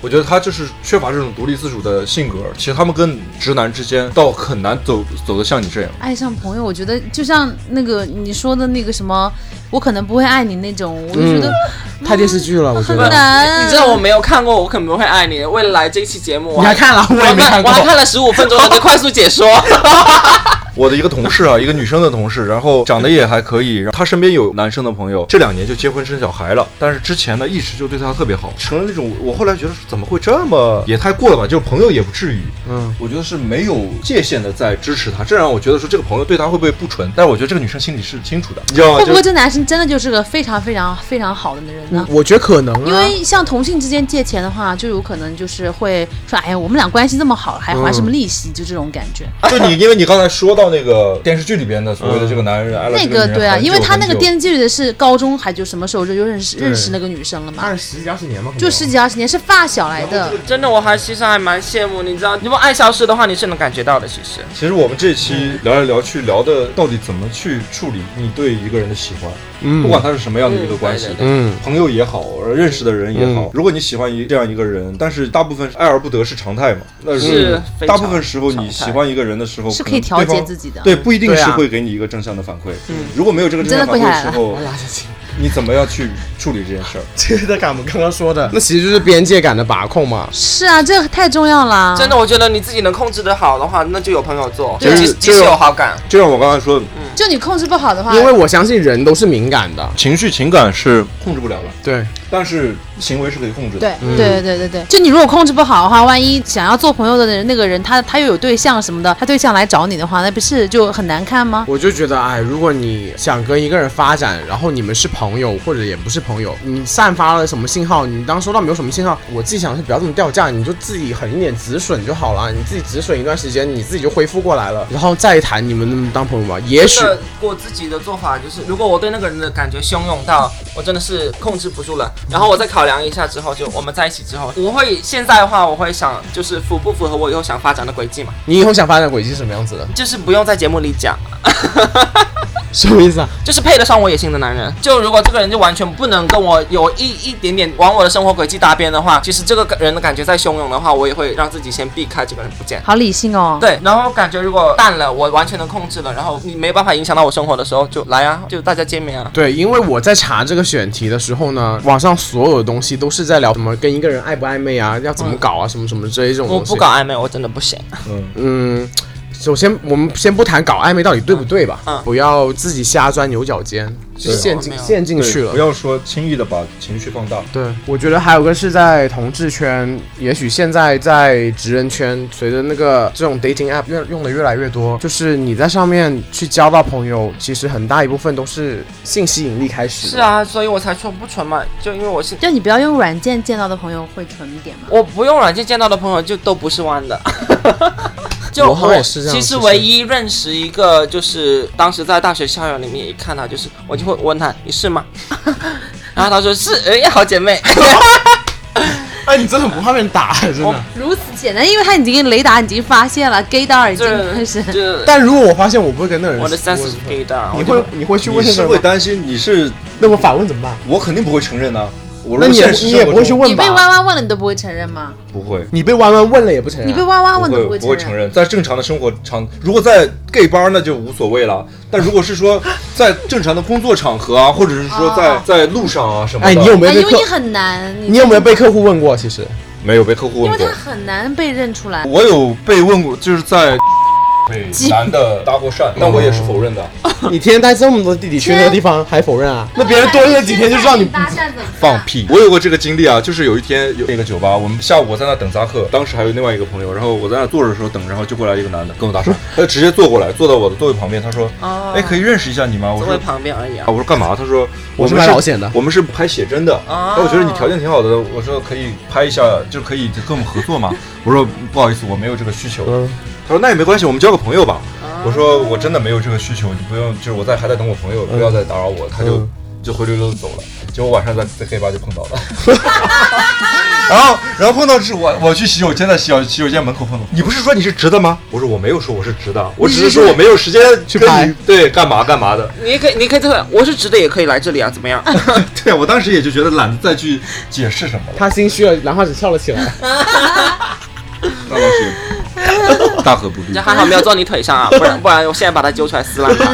[SPEAKER 1] 我觉得她就是缺乏这种独立自主的性格，其实她们跟直男之间倒很难走走得像你这样。
[SPEAKER 4] 爱上朋友，我觉得就像那个你说的那个什么，我可能不会爱你那种，我就觉得
[SPEAKER 5] 嗯
[SPEAKER 4] 嗯
[SPEAKER 5] 太电视剧了，我觉
[SPEAKER 4] 很
[SPEAKER 5] 得。
[SPEAKER 4] 难。
[SPEAKER 3] 你知道我没有看过，我可能不会爱你。为了来这一期节目，我
[SPEAKER 5] 你还
[SPEAKER 3] 还
[SPEAKER 5] 看了？我
[SPEAKER 3] 我
[SPEAKER 5] 也没
[SPEAKER 3] 还
[SPEAKER 5] 看
[SPEAKER 3] 我
[SPEAKER 5] 过。
[SPEAKER 3] 还看了十五分钟的快速解说。
[SPEAKER 1] 我的一个同事 啊，一个女生的同事，然后长得也还可以，然后她身边有男生的朋友，这两年就结婚生小孩了，但是之前呢一直就对她特别好，成了那种我后来觉得怎么会这么也太过了吧，就是朋友也不至于，
[SPEAKER 5] 嗯，
[SPEAKER 1] 我觉得是没有界限的在支持她，这让我觉得说这个朋友对她会不会不纯，但是我觉得这个女生心里是清楚的，你知道吗？
[SPEAKER 4] 会不
[SPEAKER 1] 就
[SPEAKER 4] 会
[SPEAKER 1] 是
[SPEAKER 4] 这男生真的就是个非常非常非常好的人呢？
[SPEAKER 5] 我觉得可能
[SPEAKER 4] 因
[SPEAKER 5] 啊。
[SPEAKER 4] 为像同性之间借钱的话，就有可能
[SPEAKER 5] 嗯
[SPEAKER 4] 就是会说，哎呀，我们俩关系这么好，还还什么利息？就这种感觉。
[SPEAKER 1] 就你，因为你刚才说到那个电视剧里边的所谓的这个男人爱了
[SPEAKER 4] 那
[SPEAKER 1] 这个
[SPEAKER 4] 个
[SPEAKER 1] 女人
[SPEAKER 4] 对啊，
[SPEAKER 1] 很久
[SPEAKER 4] 因为他那个
[SPEAKER 1] 很久
[SPEAKER 4] 电视剧的是高中还就什么时候就认识
[SPEAKER 5] 对
[SPEAKER 4] 认识那个女生了嘛，
[SPEAKER 5] 二十几二十年吗？
[SPEAKER 4] 就十几二十年是发小来的。
[SPEAKER 3] 真的，我还其实还蛮羡慕，你知道，如果爱消失的话，你是能感觉到的。其实，
[SPEAKER 1] 其实我们这期聊来聊去聊的到底怎么去处理你对一个人的喜欢，
[SPEAKER 5] 嗯
[SPEAKER 1] 不管他是什么样的一个关系
[SPEAKER 3] 嗯对对。对
[SPEAKER 5] 嗯
[SPEAKER 1] 朋友也好，认识的人也好，
[SPEAKER 5] 嗯
[SPEAKER 1] 如果你喜欢一这样一个人，但是大部分爱而不得是常态嘛，那
[SPEAKER 3] 是非
[SPEAKER 1] 大
[SPEAKER 3] 常
[SPEAKER 1] 部分时候
[SPEAKER 3] 常
[SPEAKER 1] 你
[SPEAKER 3] 态
[SPEAKER 1] 喜欢一个人的时候
[SPEAKER 4] 是可
[SPEAKER 1] 能
[SPEAKER 4] 以调
[SPEAKER 1] 对
[SPEAKER 4] 节
[SPEAKER 1] 方
[SPEAKER 4] 自己的嗯
[SPEAKER 1] 对，不一定
[SPEAKER 5] 对
[SPEAKER 1] 是
[SPEAKER 5] 啊
[SPEAKER 1] 会给你一个正向的反馈。如果没有这个正
[SPEAKER 4] 真的
[SPEAKER 1] 向反
[SPEAKER 4] 跪
[SPEAKER 1] 馈
[SPEAKER 4] 下
[SPEAKER 1] 的
[SPEAKER 4] 来
[SPEAKER 1] 时
[SPEAKER 4] 了
[SPEAKER 1] 候，
[SPEAKER 5] 拉下去。
[SPEAKER 1] 你怎么样去处理这件事儿？
[SPEAKER 5] 这个感我刚刚说的，那其实就是边界感的把控嘛。
[SPEAKER 4] 是啊，这个太重要了。
[SPEAKER 3] 真的，我觉得你自己能控制得好的话，那就有朋友做，
[SPEAKER 1] 对
[SPEAKER 3] 即
[SPEAKER 1] 就是
[SPEAKER 3] 使即使有好感，
[SPEAKER 1] 就像我刚才说，
[SPEAKER 4] 就你控制不好的话，
[SPEAKER 5] 因为我相信人都是敏感的，
[SPEAKER 1] 情绪情感是控制不了的，
[SPEAKER 5] 对，
[SPEAKER 1] 但是行为是可以控制的。
[SPEAKER 4] 对对对对对对，就你如果控制不好的话，万一想要做朋友的人那个人他他又有对象什么的，他对象来找你的话，那不是就很难看吗？
[SPEAKER 5] 我就觉得，哎，如果你想跟一个人发展，然后你们是朋友或者也不是朋友，你散发了什么信号，你当收到没有什么信号，我自己想是不要这么掉价，你就自己狠一点止损就好了，你自己止损一段时间，你自己就恢复过来了，然后再谈你们能不能当朋友吧。也许
[SPEAKER 3] 嗯真的我自己的做法就是，如果我对那个人的感觉汹涌到我真的是控制不住了，然后我再考量一下之后，就我们在一起之后，我会现在的话，我会想就是符不符合我以后想发展的轨迹嘛，
[SPEAKER 5] 你以后想发展轨迹是什么样子的，
[SPEAKER 3] 就是不用在节目里讲，
[SPEAKER 5] 什么意思啊？
[SPEAKER 3] 就是配得上我野心的男人。就如果这个人就完全不能跟我有一一点点往我的生活轨迹搭边的话，其实这个人的感觉再汹涌的话，我也会让自己先避开这个人不见。
[SPEAKER 4] 好理性哦。
[SPEAKER 3] 对，然后感觉如果淡了，我完全能控制了，然后你没办法影响到我生活的时候，就来啊，就大家见面啊。
[SPEAKER 5] 对，因为我在查这个选题的时候呢，网上所有的东西都是在聊什么跟一个人暧不暧昧啊，要怎么搞啊，什么什么这一种
[SPEAKER 3] 嗯我
[SPEAKER 5] 东西。
[SPEAKER 3] 不搞。暧昧，我真的不行。
[SPEAKER 1] 嗯，
[SPEAKER 5] 嗯，首先我们先不谈搞暧昧到底对不对吧，
[SPEAKER 3] 嗯
[SPEAKER 5] 不要自己瞎钻牛角尖，就
[SPEAKER 1] 对
[SPEAKER 5] 陷进
[SPEAKER 3] 没有
[SPEAKER 5] 陷进
[SPEAKER 1] 对
[SPEAKER 5] 去了
[SPEAKER 1] 不。要说轻易的把情绪放大。
[SPEAKER 5] 对，我觉得还有个是在同志圈，也许现在在职人圈，随着那个这种 dating app 越用的越来越多，就是你在上面去交到朋友，其实很大一部分都是性吸引力开始。
[SPEAKER 3] 是，啊，所以我才说不纯嘛，就因为我是。
[SPEAKER 4] 就你不要用软件见到的朋友会纯一点嘛。
[SPEAKER 3] 我不用软件见到的朋友就都不是弯的， 就
[SPEAKER 5] 我好像也是这样
[SPEAKER 3] 其
[SPEAKER 5] 其
[SPEAKER 3] 实
[SPEAKER 5] 实
[SPEAKER 3] 唯一认识一个，就是当时在大学校园里面一看到，就是我就会问他你是吗？ 然后他说是，哎，好姐 妹。
[SPEAKER 5] 哎，你真的很不怕被人打，真的。
[SPEAKER 4] 如此简单，因为他已经雷达已经发现了，gay 到已经开始。
[SPEAKER 3] 就
[SPEAKER 5] 但如果我发现我不会跟那个人，
[SPEAKER 3] 我的 sense
[SPEAKER 5] 我
[SPEAKER 3] 是 gay 的，
[SPEAKER 5] 你
[SPEAKER 3] 我就
[SPEAKER 5] 会你会去
[SPEAKER 1] 你
[SPEAKER 5] 问那
[SPEAKER 1] 是
[SPEAKER 5] 个
[SPEAKER 1] 会
[SPEAKER 5] 人吗？
[SPEAKER 1] 担心，你是
[SPEAKER 5] 那我反问怎么办？
[SPEAKER 1] 我肯定不会承认的、啊我
[SPEAKER 5] 那
[SPEAKER 1] 如
[SPEAKER 5] 你
[SPEAKER 1] 果
[SPEAKER 5] 也
[SPEAKER 1] 现实
[SPEAKER 5] 你也
[SPEAKER 1] 生活
[SPEAKER 5] 不会去
[SPEAKER 1] 中
[SPEAKER 5] 问
[SPEAKER 4] 你被
[SPEAKER 5] 吧？
[SPEAKER 4] 弯弯问了，你都不会承认吗？
[SPEAKER 1] 不会。
[SPEAKER 5] 你被弯弯问了也不承认
[SPEAKER 4] 你
[SPEAKER 5] 啊。
[SPEAKER 4] 被弯弯问
[SPEAKER 1] 不
[SPEAKER 4] 都
[SPEAKER 1] 会，不
[SPEAKER 4] 会
[SPEAKER 1] 会
[SPEAKER 4] 承
[SPEAKER 1] 承
[SPEAKER 4] 认。
[SPEAKER 1] 认，在正常的生活场，如果在 gay 吧那就无所谓了。但如果是说在正常的工作场合啊，或者是说在
[SPEAKER 4] 哦
[SPEAKER 1] 在路上啊什么的，
[SPEAKER 5] 哎，你有没
[SPEAKER 4] 哎，
[SPEAKER 5] 有被
[SPEAKER 4] 因为
[SPEAKER 5] 客
[SPEAKER 4] 你很难，
[SPEAKER 5] 你有没有被客户问过？其 实
[SPEAKER 1] 没有被客
[SPEAKER 4] 因
[SPEAKER 1] 户
[SPEAKER 4] 为
[SPEAKER 1] 问
[SPEAKER 4] 他
[SPEAKER 1] 过？
[SPEAKER 4] 很难被认出来。
[SPEAKER 1] 我有被问过，就是在被男的搭过讪，但我也是否认的。
[SPEAKER 5] 你天天带这么多弟弟去那个地方还否认啊？那别人多认几天就知道你
[SPEAKER 4] 搭讪怎么
[SPEAKER 1] 放屁！我有过这个经历啊，就是有一天有那个酒吧，我们下午我在那等扎克，当时还有另外一个朋友，然后我在那坐着的时候等，然后就过来一个男的跟我搭讪，他就直接坐过来，坐到我的座位旁边，他说：“
[SPEAKER 3] 哦
[SPEAKER 1] 哎，可以认识一下你吗？”我
[SPEAKER 3] 座
[SPEAKER 1] 说
[SPEAKER 3] 位。旁边而已
[SPEAKER 1] 啊！
[SPEAKER 3] 啊。
[SPEAKER 1] 我说干嘛？他说
[SPEAKER 5] 我是
[SPEAKER 1] 们
[SPEAKER 5] 卖
[SPEAKER 1] 是
[SPEAKER 5] 保险的
[SPEAKER 1] 我们是拍写真的。
[SPEAKER 3] 哦
[SPEAKER 1] 哎，我觉得你条件挺好的，我说可以拍一下，就可以跟我们合作嘛。我说不好意思，我没有这个需求。
[SPEAKER 5] 嗯
[SPEAKER 1] 他说那也没关系，我们交个朋友吧。我说我真的没有这个需求，你不用，就是我在还在等我朋友，不要再打扰我。他就、
[SPEAKER 5] 嗯
[SPEAKER 1] 就灰溜溜的走了。结果晚上在在黑吧就碰到了，然后然后碰到是我我去洗手间的洗手洗手间门口碰到。你不是说你是直的吗？我说我没有说我是直的，我只是说我没有时间
[SPEAKER 5] 去
[SPEAKER 1] 跟
[SPEAKER 5] 拍
[SPEAKER 1] 你对干嘛干嘛的。
[SPEAKER 3] 你也可以，你可以这个，我是直的也可以来这里啊，怎么样？
[SPEAKER 1] 对，我当时也就觉得懒得再去解释什么了。
[SPEAKER 5] 他心虚了，兰花指翘了起来。
[SPEAKER 1] 那倒是大可不必
[SPEAKER 3] 这。还好没有坐你腿上啊，不然不然我现在把它揪出来撕烂它。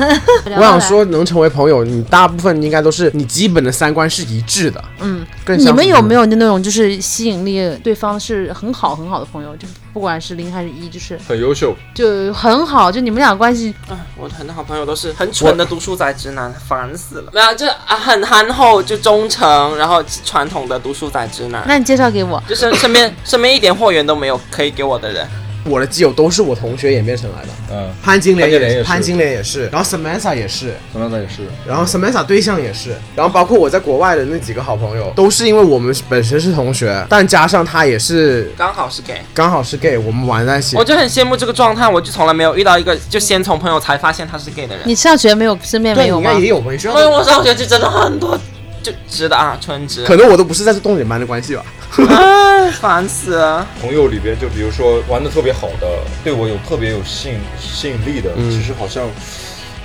[SPEAKER 5] 我想说，能成为朋友，你大部分应该都是你基本的三观是一致的。嗯，更
[SPEAKER 4] 你们有没
[SPEAKER 5] 有？
[SPEAKER 4] 有那种就是吸引力对方是很好很好的朋友，就是不管是零还是一，就是
[SPEAKER 1] 很优秀，
[SPEAKER 4] 就很好，就你们俩关系
[SPEAKER 3] 哎我很多好朋友都是很蠢的读书仔直男，烦死了。没有，就是啊，很憨厚，就忠诚，然后传统的读书仔直男，
[SPEAKER 4] 那你介绍给我，
[SPEAKER 3] 就是身边身边一点货源都没有可以给我的人。
[SPEAKER 5] 我的基友都是我同学演变成来的，
[SPEAKER 9] 嗯，
[SPEAKER 5] 潘金莲
[SPEAKER 9] 潘金莲也是
[SPEAKER 5] 潘金莲也是，然后 Samantha 也是，
[SPEAKER 9] 什么的也是。
[SPEAKER 5] 然后 Samantha 对象也是，然后包括我在国外的那几个好朋友，都是因为我们本身是同学，但加上他也是
[SPEAKER 3] 刚好是 gay，
[SPEAKER 5] 刚好是 gay，我们玩在一起
[SPEAKER 3] 我。就很羡慕这个状态，我就从来没有遇到一个就先从朋友才发现他是 gay 的人。
[SPEAKER 10] 你上学没有身边
[SPEAKER 5] 对，
[SPEAKER 10] 没
[SPEAKER 5] 你
[SPEAKER 10] 有
[SPEAKER 5] 应
[SPEAKER 10] 吗
[SPEAKER 5] 该？也有吧？你学校
[SPEAKER 3] 因为我上学就真的很多就直的啊，纯直，
[SPEAKER 5] 可能我都不是在这重点班的关系吧。
[SPEAKER 3] 哎，烦死了。
[SPEAKER 1] 朋友里边，就比如说玩的特别好的，对我有特别有吸引吸引力的，
[SPEAKER 5] 嗯
[SPEAKER 1] 其实好像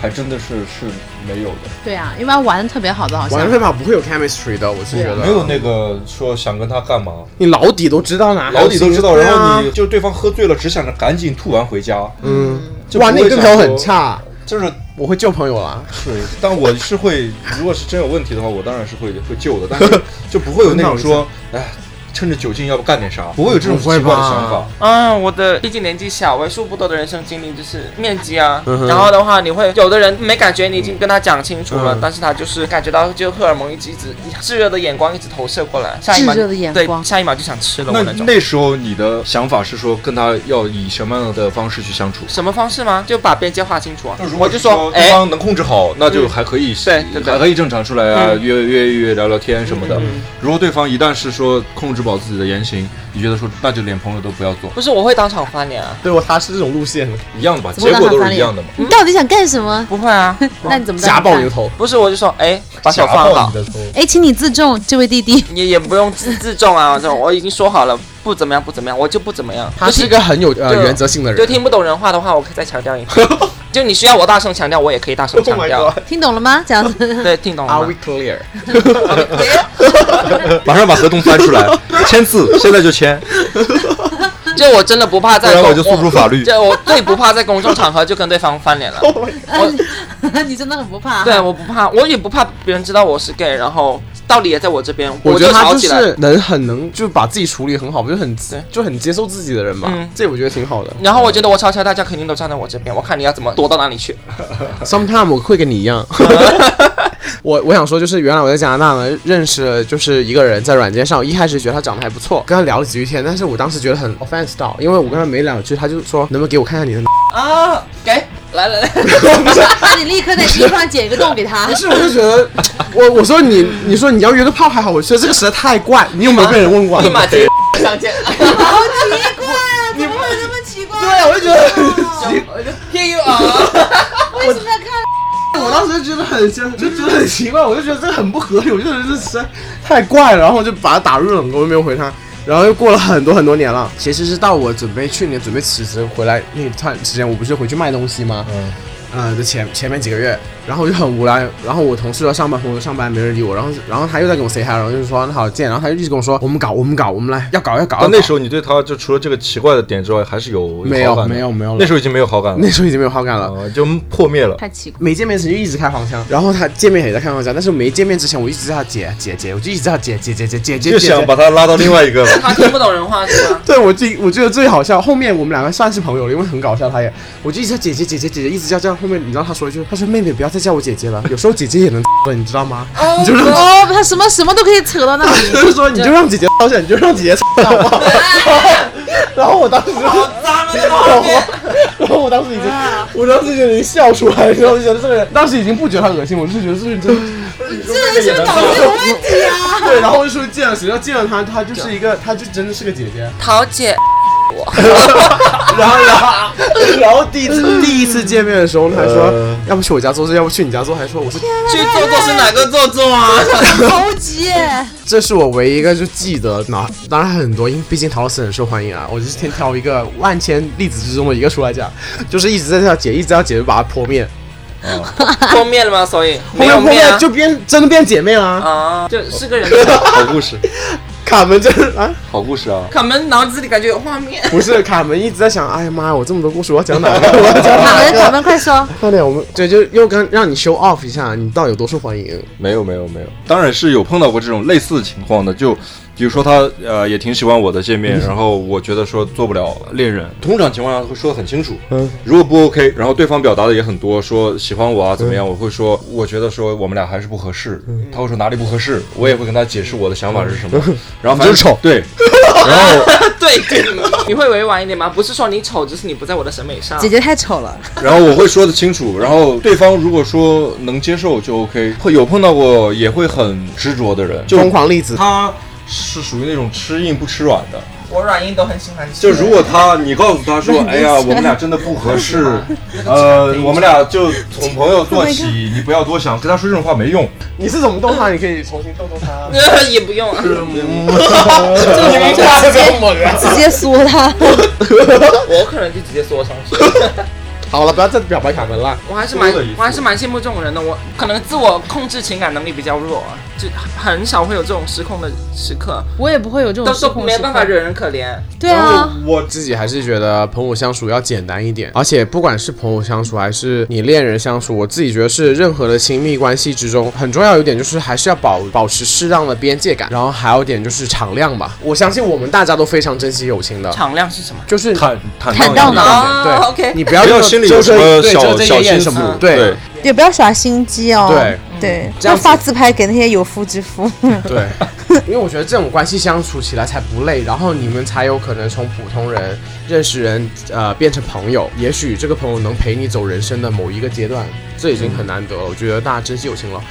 [SPEAKER 1] 还真的是是没有的，
[SPEAKER 4] 对啊，一般玩的特别好的好像
[SPEAKER 5] 玩飞跑不会有 chemistry 的，我是觉得
[SPEAKER 1] 没有那个说想跟他干嘛，
[SPEAKER 5] 你老底都知道呢，
[SPEAKER 1] 老底都知道，
[SPEAKER 5] 对啊
[SPEAKER 1] 然后你就对方喝醉了，只想着赶紧吐完回家，
[SPEAKER 5] 嗯，
[SPEAKER 1] 就不
[SPEAKER 5] 哇，
[SPEAKER 1] 会
[SPEAKER 5] 那你对朋友很差，
[SPEAKER 1] 就是
[SPEAKER 5] 我会救朋友啊。
[SPEAKER 1] 对，但我是会，如果是真有问题的话，我当然是会会救的，但是就不会有 那种说，哎，趁着酒劲要不干点啥，不会有这种奇怪的想法。
[SPEAKER 3] 啊，我的毕竟年纪小，为数不多的人生经历就是面积啊。
[SPEAKER 5] 嗯哼
[SPEAKER 3] 然后的话，你会有的人没感觉，你已经跟他讲清楚了，
[SPEAKER 5] 嗯
[SPEAKER 3] 但是他就是感觉到就荷尔蒙一直一直炙热的眼光一直投射过来，下一秒
[SPEAKER 4] 炙热的眼光
[SPEAKER 3] 对，下一秒就想吃了我
[SPEAKER 1] 那
[SPEAKER 3] 那种。
[SPEAKER 1] 那时候你的想法是说跟他要以什么样的方式去相处？
[SPEAKER 3] 什么方式吗？就把边界划清楚啊！
[SPEAKER 1] 如
[SPEAKER 3] 我
[SPEAKER 1] 果
[SPEAKER 3] 就是说，
[SPEAKER 1] 对
[SPEAKER 3] 哎，
[SPEAKER 1] 方能控制好，那就还可以，
[SPEAKER 3] 对对对
[SPEAKER 1] 还可以正常出来啊，
[SPEAKER 3] 嗯
[SPEAKER 1] 约约一约，聊聊天什么的
[SPEAKER 3] 嗯嗯。
[SPEAKER 1] 如果对方一旦是说控制不好自己的言行，你觉得说那就连朋友都不要做，
[SPEAKER 3] 不是，我会当场翻脸啊！
[SPEAKER 5] 对我他是这种路线的，
[SPEAKER 1] 一样的吧，
[SPEAKER 4] 怎么
[SPEAKER 1] 结
[SPEAKER 4] 让
[SPEAKER 1] 果
[SPEAKER 4] 他
[SPEAKER 1] 都
[SPEAKER 4] 翻
[SPEAKER 1] 是一
[SPEAKER 4] 脸
[SPEAKER 1] 样的 嘛。
[SPEAKER 4] 你到底想干什么？
[SPEAKER 3] 不会 啊，
[SPEAKER 4] 那你怎么办
[SPEAKER 5] 夹爆你的头，
[SPEAKER 3] 不是，我就说，哎，把手
[SPEAKER 5] 夹
[SPEAKER 3] 放
[SPEAKER 5] 爆
[SPEAKER 3] 好
[SPEAKER 5] 你，的头。
[SPEAKER 10] 哎，请你自重，这位弟弟。
[SPEAKER 3] 也也不用自自重啊！这种我已经说好了，不怎么样，不怎么样，我就不怎么样。
[SPEAKER 5] 他是一个很有呃
[SPEAKER 3] 对
[SPEAKER 5] 原则性的
[SPEAKER 3] 就
[SPEAKER 5] 人。
[SPEAKER 3] 听不懂人话的话，我可以再强调一 遍。就你需要我大声强调，我也可以大声
[SPEAKER 5] Oh
[SPEAKER 3] 强
[SPEAKER 5] my
[SPEAKER 3] 调。
[SPEAKER 5] god！
[SPEAKER 4] 听懂了吗？这样子
[SPEAKER 3] 对，听懂
[SPEAKER 5] Are
[SPEAKER 3] 了
[SPEAKER 5] we
[SPEAKER 3] 吗？
[SPEAKER 5] clear？
[SPEAKER 1] 马上把合同翻出来，签字，现在就签，
[SPEAKER 3] 就我真的不怕
[SPEAKER 1] 不
[SPEAKER 3] 在
[SPEAKER 1] 然
[SPEAKER 3] 公，
[SPEAKER 1] 我就诉诸法律。
[SPEAKER 3] 就我最不怕在公众场合就跟对方翻脸
[SPEAKER 5] Oh
[SPEAKER 3] 了。
[SPEAKER 4] 你真的很不怕。啊
[SPEAKER 3] 对，，我不怕，我也不怕别人知道我是 gay，然后道理也在我这边，
[SPEAKER 5] 我觉
[SPEAKER 3] 就
[SPEAKER 5] 得他
[SPEAKER 3] 吵
[SPEAKER 5] 就
[SPEAKER 3] 起来。
[SPEAKER 5] 是能很能，就把自己处理很好，就很
[SPEAKER 3] 对
[SPEAKER 5] 就很接受自己的人吧
[SPEAKER 3] 嗯。
[SPEAKER 5] 这我觉得挺好的。
[SPEAKER 3] 然后我觉得我吵起来，大家肯定都站在我这边，我看你要怎么躲到哪 里去。
[SPEAKER 5] Sometime 我会跟你一样。我我想说，就是原来我在加拿大呢，认识了就是一个人在软件上，一开始觉得他长得还不错，跟他聊了几句天，但是我当时觉得很 offense 到，因为我跟他没两句，他就说能不能给我看看你的，
[SPEAKER 3] 啊，给，来来来，
[SPEAKER 4] 那你立刻在衣服上剪一个洞 给他
[SPEAKER 5] 不。是，我就觉得我我说你你说你要约个炮还好，我觉得这个实在太怪，你有没有被人问过啊？
[SPEAKER 3] 立马 接相见。
[SPEAKER 4] 好奇怪啊！怎么会有这么奇怪？
[SPEAKER 3] 啊
[SPEAKER 5] 对，我就觉得很奇，
[SPEAKER 3] Here you are。
[SPEAKER 4] 为什么要看？
[SPEAKER 5] 哎我当时就觉得很奇，就觉得很奇怪，我就觉得这很不合理，我就觉得这实在太怪了，然后我就把他打入冷宫，我没有回他。然后又过了很多很多年了，其实是到我准备去年准备辞职回来那段时间，我不是回去卖东西吗？
[SPEAKER 1] 嗯，
[SPEAKER 5] 呃，就前前面几个月，然后我就很无聊，然后我同事要上班，朋友上班，没人理我，然后然后他又在跟我 say hi，然后就说那好见，然后他就一直跟我说我们搞我们搞我们来要搞要搞，要
[SPEAKER 1] 但
[SPEAKER 5] 搞
[SPEAKER 1] 那时候你对他就除了这个奇怪的点之外，还是有
[SPEAKER 5] 没
[SPEAKER 1] 好
[SPEAKER 5] 有
[SPEAKER 1] 感的
[SPEAKER 5] 没有没有了
[SPEAKER 1] 那时候已经没有好感了
[SPEAKER 5] 那，时候已经没有好感了，
[SPEAKER 1] 啊，就破灭了。
[SPEAKER 4] 太奇怪。
[SPEAKER 5] 没见面时就一直开黄腔，然后他见面也在开黄腔，但是没见面之前我一直叫他姐姐姐，我就一直叫他姐姐姐姐姐姐
[SPEAKER 1] 就
[SPEAKER 5] 姐
[SPEAKER 1] 想把
[SPEAKER 5] 姐。
[SPEAKER 1] 他拉到另外一个
[SPEAKER 3] 他听不懂人话 是吗？
[SPEAKER 5] 对我最我觉得最好笑，后面我们两个算是朋友了，因为很搞笑，他也我就一直叫姐姐姐姐姐姐，一直叫叫，后面你知道他说一句，他说妹妹不要再叫我姐姐了，有时候姐姐也能了，你知道吗？你就让
[SPEAKER 4] 哦，他什么什么都可以扯到那里。
[SPEAKER 5] 就是说你就让姐姐掏下，你就让姐姐掏好不好？然后我当时，
[SPEAKER 3] 脏了，这个
[SPEAKER 5] 然后然后我当时已经，我当时就已经笑出来，然后就觉得这个人，当时已经不觉得他恶心，我就觉得这个人真的。
[SPEAKER 4] 这是不是脑子有问题啊？
[SPEAKER 5] 对，然后我就说见了，谁知道见了她，她就是一个，她就真的是个姐姐。
[SPEAKER 3] 桃姐，
[SPEAKER 5] 然后，然后，然后第一次第一次见面的时候，她还说、
[SPEAKER 1] 呃
[SPEAKER 5] 要不去我家做坐，要不去你家做，还说我是，
[SPEAKER 3] 去做做是哪个做做啊？
[SPEAKER 4] 高级 耶！
[SPEAKER 5] 这是我唯一一个就记得那当然很多，因为毕竟陶老师很受欢迎啊。我就先挑一个万千例子之中的一个出来讲，就是一直在叫姐，一直叫姐，就把她泼面，
[SPEAKER 3] 破灭了吗？所以
[SPEAKER 5] 泼
[SPEAKER 3] 没
[SPEAKER 5] 面
[SPEAKER 3] 有
[SPEAKER 5] 泼
[SPEAKER 3] 灭啊
[SPEAKER 5] 面就变真的变姐妹了啊。
[SPEAKER 3] 啊，就是个人。
[SPEAKER 1] 好故事，
[SPEAKER 5] 卡门真的啊，
[SPEAKER 1] 好故事啊！
[SPEAKER 3] 卡门脑子里感觉哦有画面。
[SPEAKER 5] 不是卡门一直在想，哎呀妈呀，我这么多故事，我要讲哪个？我要讲
[SPEAKER 4] 卡
[SPEAKER 5] 哪
[SPEAKER 4] 门，
[SPEAKER 5] 个？
[SPEAKER 4] 卡门，快说！
[SPEAKER 5] 快点，我们对，就又跟让你 show off 一下，你到底有多受欢迎？
[SPEAKER 1] 没有没有没有，当然是有碰到过这种类似的情况的，就比如说他呃也挺喜欢我的 界面，然后我觉得说做不了恋人，通常情况下会说的很清楚，
[SPEAKER 5] 嗯，
[SPEAKER 1] 如果不 OK，然后对方表达的也很多，说喜欢
[SPEAKER 5] 嗯
[SPEAKER 1] 我啊怎么样，我会说我觉得说我们俩还是不合适，他会说哪里不合适，我也会跟他解释我的想法是什么，然后反
[SPEAKER 5] 嗯
[SPEAKER 1] 正
[SPEAKER 5] 你就是丑
[SPEAKER 1] 对，然后
[SPEAKER 3] 对，你会委婉一点吗？不是说你丑，只是你不在我的审美上
[SPEAKER 4] 姐。姐太丑 了，
[SPEAKER 1] 然后我会说的清楚，然后对方如果说能接受就 OK，会有碰到过也会很执着的人，就
[SPEAKER 5] 疯狂粒子，
[SPEAKER 1] 他是属于那种吃硬不吃软的。
[SPEAKER 3] 我软硬都很喜欢吃。
[SPEAKER 1] 就如果他你告诉他说，哎呀，我们俩真的不合适， 呃，我们俩就从朋友做
[SPEAKER 5] Oh
[SPEAKER 1] 起，你不要多想，跟他说这种话没用。
[SPEAKER 5] 你是怎么动它？你可以重新动动 它。
[SPEAKER 3] 也不用啊，
[SPEAKER 4] 直接缩她。
[SPEAKER 3] 我可能就直接缩上去。
[SPEAKER 5] 好了，不要再表白卡门了。
[SPEAKER 3] 我还是蛮
[SPEAKER 1] 多了一副
[SPEAKER 3] 我还是蛮羡慕这种人的。我可能自我控制情感能力比较弱啊，就很少会有这种失控的时刻，
[SPEAKER 4] 我也不会有这
[SPEAKER 3] 都
[SPEAKER 4] 种失
[SPEAKER 3] 说
[SPEAKER 4] 控
[SPEAKER 3] 没
[SPEAKER 4] 时
[SPEAKER 3] 办法
[SPEAKER 4] 刻。
[SPEAKER 3] 惹人可怜。
[SPEAKER 4] 对啊，
[SPEAKER 11] 我
[SPEAKER 5] 自己还是觉得朋友相处要简单一点，而且不管是朋友相处还是你恋人相处，我自己觉得是任何的亲密关系之中很重要一点，就是还是要保保持适当的边界感，然后还有一点就是敞亮吧。我相信我们大家都非常珍惜友情的，
[SPEAKER 3] 敞亮是什么？
[SPEAKER 5] 就是
[SPEAKER 1] 坦坦
[SPEAKER 4] 坦荡荡
[SPEAKER 1] 荡一点
[SPEAKER 3] 哦
[SPEAKER 5] 对
[SPEAKER 3] OK，
[SPEAKER 5] 你不要
[SPEAKER 1] 不要
[SPEAKER 5] 就
[SPEAKER 1] 心里
[SPEAKER 5] 就
[SPEAKER 1] 有
[SPEAKER 5] 这
[SPEAKER 1] 什么
[SPEAKER 5] 对
[SPEAKER 1] 小
[SPEAKER 5] 就这一
[SPEAKER 1] 小
[SPEAKER 5] 眼
[SPEAKER 1] 心
[SPEAKER 5] 什
[SPEAKER 1] 思
[SPEAKER 5] 么，
[SPEAKER 1] 对
[SPEAKER 5] 对
[SPEAKER 4] 也不要耍心机哦。
[SPEAKER 5] 对
[SPEAKER 4] 对，
[SPEAKER 5] 这样
[SPEAKER 4] 要
[SPEAKER 5] 子
[SPEAKER 4] 发自拍给那些有夫之妇。
[SPEAKER 5] 对， 因为我觉得这种关系相处起来才不累，然后你们才有可能从普通人认识人，呃，变成朋友。也许这个朋友能陪你走人生的某一个阶段，这已经很难得了。我觉得大家珍惜友情了，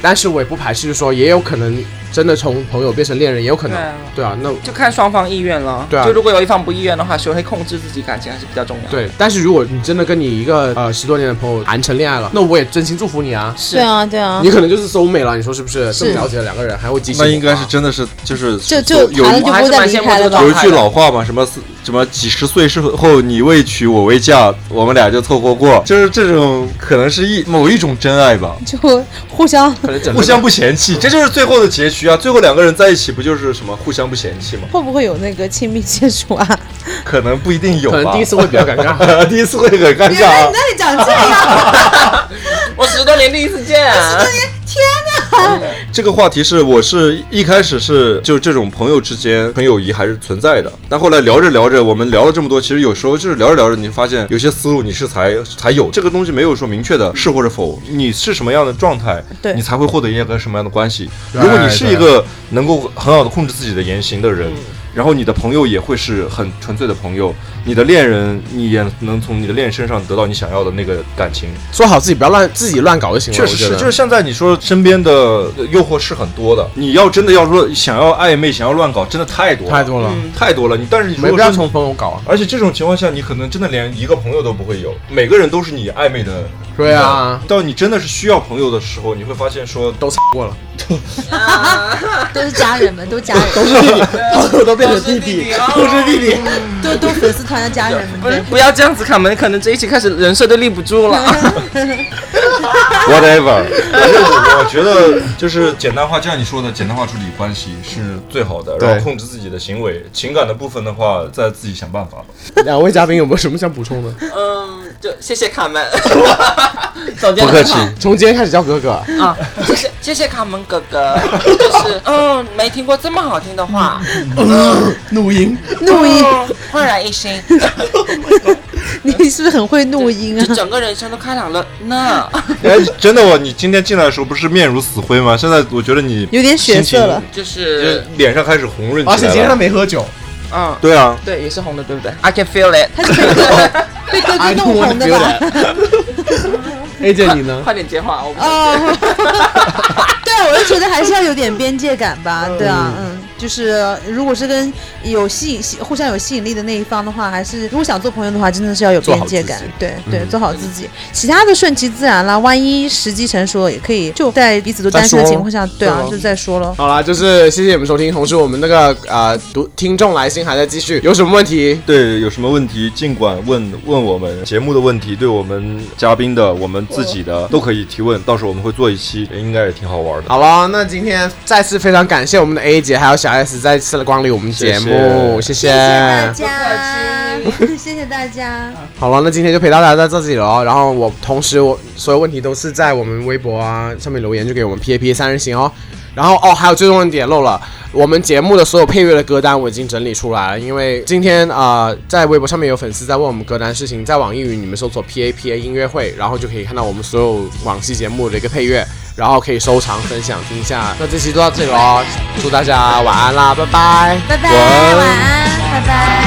[SPEAKER 5] 但是我也不排斥说，也有可能真的从朋友变成恋人，也有可能
[SPEAKER 3] 对啊。
[SPEAKER 5] 对啊，那。
[SPEAKER 3] 就看双方意愿了。
[SPEAKER 5] 对啊
[SPEAKER 3] 就如果有一方不意愿的话，学会控制自己感情还是比较重要。，
[SPEAKER 5] 对，但是如果你真的跟你一个呃十多年的朋友谈成恋爱了，那我也真心祝福你嗯啊！
[SPEAKER 3] 是
[SPEAKER 4] 对啊，对啊
[SPEAKER 5] 你，可能就是收美了，你说是不是？
[SPEAKER 4] 是
[SPEAKER 5] 这么了解的两个人，还会激情火
[SPEAKER 1] 那
[SPEAKER 5] 花？
[SPEAKER 1] 应该是真的是就是
[SPEAKER 4] 就就
[SPEAKER 1] 有
[SPEAKER 4] 谈了就不会再离开了吧
[SPEAKER 1] 有一句老话嘛，什么什么几十岁之后你未娶我未嫁，我们俩就凑合过，就是这种可能是一某一种真爱吧，
[SPEAKER 4] 就互相
[SPEAKER 5] 可能 整个
[SPEAKER 1] 互相不嫌弃，这就是最后的结局啊！最后两个人在一起不就是什么互相不嫌弃吗？
[SPEAKER 4] 会不会有那个亲密接触啊？
[SPEAKER 1] 可能不一定有吧，
[SPEAKER 5] 可能第一次会比较尴尬。
[SPEAKER 1] 第一次会很尴尬啊。
[SPEAKER 4] 那你讲这样，
[SPEAKER 3] 我十多年第一次见、啊，
[SPEAKER 1] 这个话题是我是一开始是就这种朋友之间纯友谊还是存在的，但后来聊着聊着，我们聊了这么多，其实有时候就是聊着聊着，你发现有些思路你是才才有这个东西，没有说明确的是或者否，你是什么样的状态，
[SPEAKER 4] 对
[SPEAKER 1] 你才会获得一个什么样的关系。
[SPEAKER 5] 对
[SPEAKER 1] 如果你是一个能够很好的控制自己的言行的人。然后你的朋友也会是很纯粹的朋友，你的恋人你也能从你的恋人身上得到你想要的那个感情，
[SPEAKER 5] 说好自己不要乱自己乱搞就行了。
[SPEAKER 1] 确实是
[SPEAKER 5] 我觉，得
[SPEAKER 1] 就是现在你说身边的呃诱惑是很多的，你要真的要说想要暧昧、想要乱搞，真的太多了
[SPEAKER 5] 太多了，
[SPEAKER 1] 太多了。你但是你
[SPEAKER 5] 没
[SPEAKER 1] 如
[SPEAKER 5] 必
[SPEAKER 1] 果
[SPEAKER 5] 要
[SPEAKER 1] 说
[SPEAKER 5] 从朋友搞啊。
[SPEAKER 1] 而且这种情况下，你可能真的连一个朋友都不会有，每个人都是你暧昧的。
[SPEAKER 5] 对啊，
[SPEAKER 1] 到你真的是需要朋友的时候，你会发现说，
[SPEAKER 5] 都过了，
[SPEAKER 12] 都是家人们，都家人，
[SPEAKER 5] 都都变
[SPEAKER 3] 成弟弟
[SPEAKER 5] 都是弟弟。
[SPEAKER 4] 都都粉丝团的家人
[SPEAKER 3] 不
[SPEAKER 4] 们
[SPEAKER 3] 是，不要这样子，卡门，可能这一期开始人设就立不住了。
[SPEAKER 1] whatever。我觉得就是简单化，就像你说的，简单化处理关系是最好的。
[SPEAKER 5] 对
[SPEAKER 1] 然后控制自己的行为，情感的部分的话，再自己想办法吧。
[SPEAKER 5] 两位嘉宾有没有什么想补充的？
[SPEAKER 3] 嗯，就谢谢卡 门，总结得
[SPEAKER 1] 不客
[SPEAKER 3] 很
[SPEAKER 1] 气
[SPEAKER 3] 好。
[SPEAKER 5] 从今天开始叫哥 哥，
[SPEAKER 3] 啊，谢谢谢谢卡门哥哥， 就是嗯，没听过这么好听的话，
[SPEAKER 5] 怒嗯 音。
[SPEAKER 4] 怒音，
[SPEAKER 3] 嗯焕然一新，
[SPEAKER 4] 你是不是很会怒音啊
[SPEAKER 3] 就？整个人生都开朗了呢。
[SPEAKER 1] 哎，真的我，你今天进来的时候不是面如死灰吗？现在我觉得你
[SPEAKER 4] 有点血色了
[SPEAKER 1] 心
[SPEAKER 3] 就
[SPEAKER 1] 情，就是
[SPEAKER 3] 是
[SPEAKER 1] 脸上开始红润
[SPEAKER 5] 而
[SPEAKER 1] 起
[SPEAKER 5] 且
[SPEAKER 1] 来
[SPEAKER 5] 啊今天他
[SPEAKER 1] 了。
[SPEAKER 5] 没喝 酒，
[SPEAKER 3] 嗯，
[SPEAKER 1] 对啊，
[SPEAKER 3] 对，也是红的，对不对？I 嗯 can feel it。
[SPEAKER 4] 他是被哥被哥哥
[SPEAKER 5] I
[SPEAKER 4] 弄
[SPEAKER 5] don't
[SPEAKER 4] 红
[SPEAKER 5] want to
[SPEAKER 4] 的
[SPEAKER 5] feel
[SPEAKER 4] 吧？
[SPEAKER 5] that。A 姐你呢？
[SPEAKER 3] 快点接话，我不
[SPEAKER 4] 哦， 对，啊我就觉得还是要有点边界感吧，对啊，嗯，就是如果是跟有吸引吸互相有吸引力的那一方的话，还是如果想做朋友的话，真的是要有边界感
[SPEAKER 5] 做好，
[SPEAKER 4] 对对，做好自己，其他的顺其自然啦，万一时机成熟了，也可以就在彼此都单身的
[SPEAKER 5] 再说
[SPEAKER 4] 情况下，对啊
[SPEAKER 5] 对，啊
[SPEAKER 4] 就再说咯。
[SPEAKER 5] 好啦，就是谢谢你们收听，同时我们那个呃读听众来信还在继续，有什么问题
[SPEAKER 1] 对，有什么问题尽管问问我们节目的问题，对我们嘉宾的、我们自己的都可以提问，到时候我们会做一期，应该也挺好玩的。
[SPEAKER 5] 好了，那今天再次非常感谢我们的 A 姐还有小 S 再次的光临我们节目，谢
[SPEAKER 4] 谢谢大家，谢谢大家，
[SPEAKER 5] 好了，那今天就陪大家到这里了。然后我同时我所有问题都是在我们微博啊上面留言，就给我们 P A P 三人行哦。然后哦，还有最重要的点漏了，我们节目的所有配乐的歌单我已经整理出来了，因为今天啊、呃在微博上面有粉丝在问我们歌单的事情，在网易云你们搜索 P A P A 音乐会，然后就可以看到我们所有往期节目的一个配乐，然后可以收藏分享听一下。那这期就到这里喽，祝大家晚安啦，拜拜。
[SPEAKER 4] 拜拜，
[SPEAKER 1] 晚安
[SPEAKER 4] 晚安，拜拜。